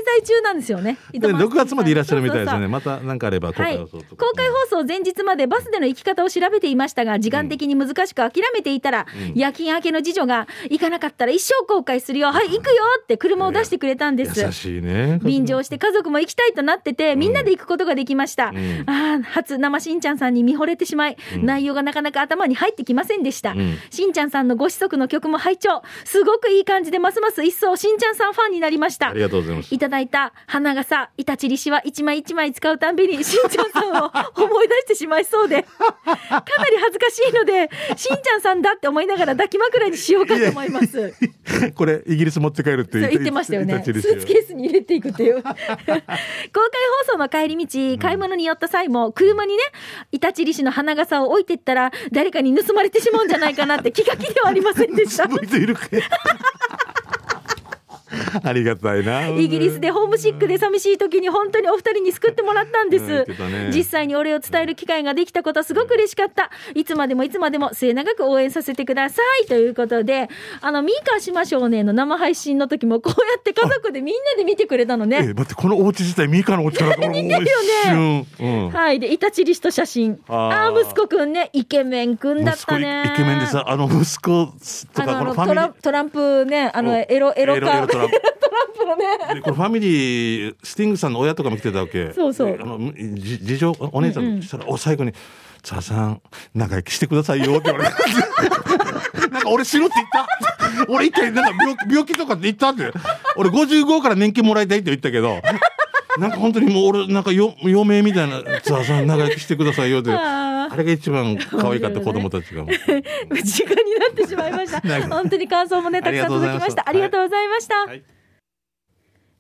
Speaker 1: 在中なんですよね
Speaker 2: で
Speaker 1: 糸満
Speaker 2: 6月までいらっしゃるみたいです
Speaker 1: そうそうそう
Speaker 2: ねまた何かあれば公
Speaker 1: はい、
Speaker 2: 開放送とか、
Speaker 1: 公開放送前日までバスでの行き方を調べていましたが時間的に難しく諦めていたら、
Speaker 2: うん
Speaker 1: 夜勤明けの次女が行かなかったら一生後悔するよ、はい行くよって車を出してくれたんです
Speaker 2: 優しいね
Speaker 1: 便乗して家族も行きたいとなっててみんなで行くことができました、
Speaker 2: うん
Speaker 1: ああ初生しんちゃんさんに見惚れてしまい、
Speaker 2: うん
Speaker 1: 内容がなかなか頭に入ってきませんでした、
Speaker 2: うん
Speaker 1: しんちゃんさんのご子息の曲も拝聴すごくいい感じでますます一層しんちゃんさんファンになりました
Speaker 2: ありがとうございます
Speaker 1: いただいた花笠、イタチリシは一枚一枚使うたんびに、しんちゃんさんを思い出してしまいそうで、かなり恥ずかしいので、しんちゃんさんだって思いながら抱き枕にしようかと思います。
Speaker 2: これイギリス持って帰るって
Speaker 1: そう言ってましたよね。ス
Speaker 2: 言ってた
Speaker 1: ーツケースに入れていくっていう。公開放送の帰り道、買い物に寄った際も、車にね、イタチリシの花笠を置いてったら、誰かに盗まれてしまうんじゃないかなって気が気ではありませんでした。
Speaker 2: 向いているか
Speaker 1: [LAUGHS]
Speaker 2: ありがたいな
Speaker 1: イギリスでホームシックで寂しい時に本当にお二人に救ってもらったんで
Speaker 2: うん言って
Speaker 1: す、
Speaker 2: たね
Speaker 1: 実際にお礼を伝える機会ができたことすごく嬉しかったいつまでもいつまでも末永く応援させてくださいということであのミーカー島少年の生配信の時もこうやって家族でみんなで見てくれたの
Speaker 2: え
Speaker 1: ね
Speaker 2: 待ってこのお家自体ミカのお家から似
Speaker 1: てるよ
Speaker 2: ねうん
Speaker 1: はいでイタチリシと写真あ
Speaker 2: あ
Speaker 1: あ
Speaker 2: ー
Speaker 1: ー息子くんねイケメンくんだっ
Speaker 2: 息子
Speaker 1: た
Speaker 2: イ
Speaker 1: ね
Speaker 2: ケメンでさあの息子と
Speaker 1: あ
Speaker 2: か
Speaker 1: のあの
Speaker 2: このファ
Speaker 1: ト
Speaker 2: ミリ
Speaker 1: ラ
Speaker 2: ー
Speaker 1: ントランプねあのエロエロ
Speaker 2: エ
Speaker 1: か
Speaker 2: ロトラ
Speaker 1: トラ
Speaker 2: ンプ
Speaker 1: ンプのね
Speaker 2: でこのファミリースティングさんの親とかも来てたわけ
Speaker 1: そうそう
Speaker 2: であのじ事情お姉ちゃん、そしたらお最後に「ザさん仲良くしてくださいよ」って言われて [LAUGHS] なんか俺死ぬって言った俺一回なんか病病気とかって言ったって俺55から年金もらいたいって言ったけどなんか本当にもう俺なんかよ余命みたいな「ザさん仲良くしてくださいよ」っ
Speaker 1: [LAUGHS]
Speaker 2: て
Speaker 1: あ
Speaker 2: あれが一番可愛かった子供たちがもう。
Speaker 1: [LAUGHS] 時間になってしまいま [LAUGHS] した
Speaker 2: なん。か
Speaker 1: 本当に感想もね、たくさん届きました。あ
Speaker 2: あ
Speaker 1: り
Speaker 2: り
Speaker 1: が
Speaker 2: が
Speaker 1: と
Speaker 2: と
Speaker 1: うございました。
Speaker 2: はい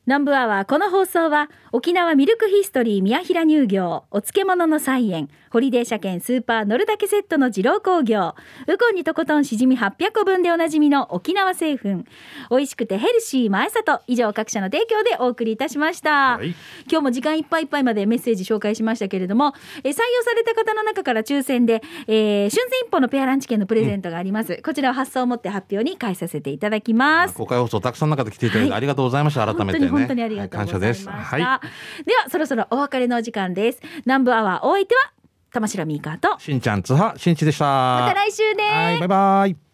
Speaker 1: 南部アワーこの放送は沖縄ミルクヒストリー宮平乳業お漬物の菜園ホリデー車券スーパー乗るだけセットの二郎工業ウコンにとことんしじみ800個分でおなじみの沖縄製粉美味しくてヘルシー前里以上各社の提供でお送りいたしました、
Speaker 2: はい
Speaker 1: 今日も時間いっぱいいっぱいまでメッセージ紹介しましたけれども、えー採用された方の中から抽選で、えー、春戦一歩のペアランチ券のプレゼントがあります、こちらを発送をもって発表に返させていただきます
Speaker 2: 公開放送たくさんの方来ていただいてありがとうございました、改め
Speaker 1: 本
Speaker 2: てね
Speaker 1: 当に本当にありがとうございました。
Speaker 2: はい感謝
Speaker 1: で
Speaker 2: です、は
Speaker 1: はそろそろお別れのお時間です。南部アワーお相手は玉城ミーカーと
Speaker 2: い、しんちゃんつはしんいちでした
Speaker 1: また来週です。
Speaker 2: はいバイバイ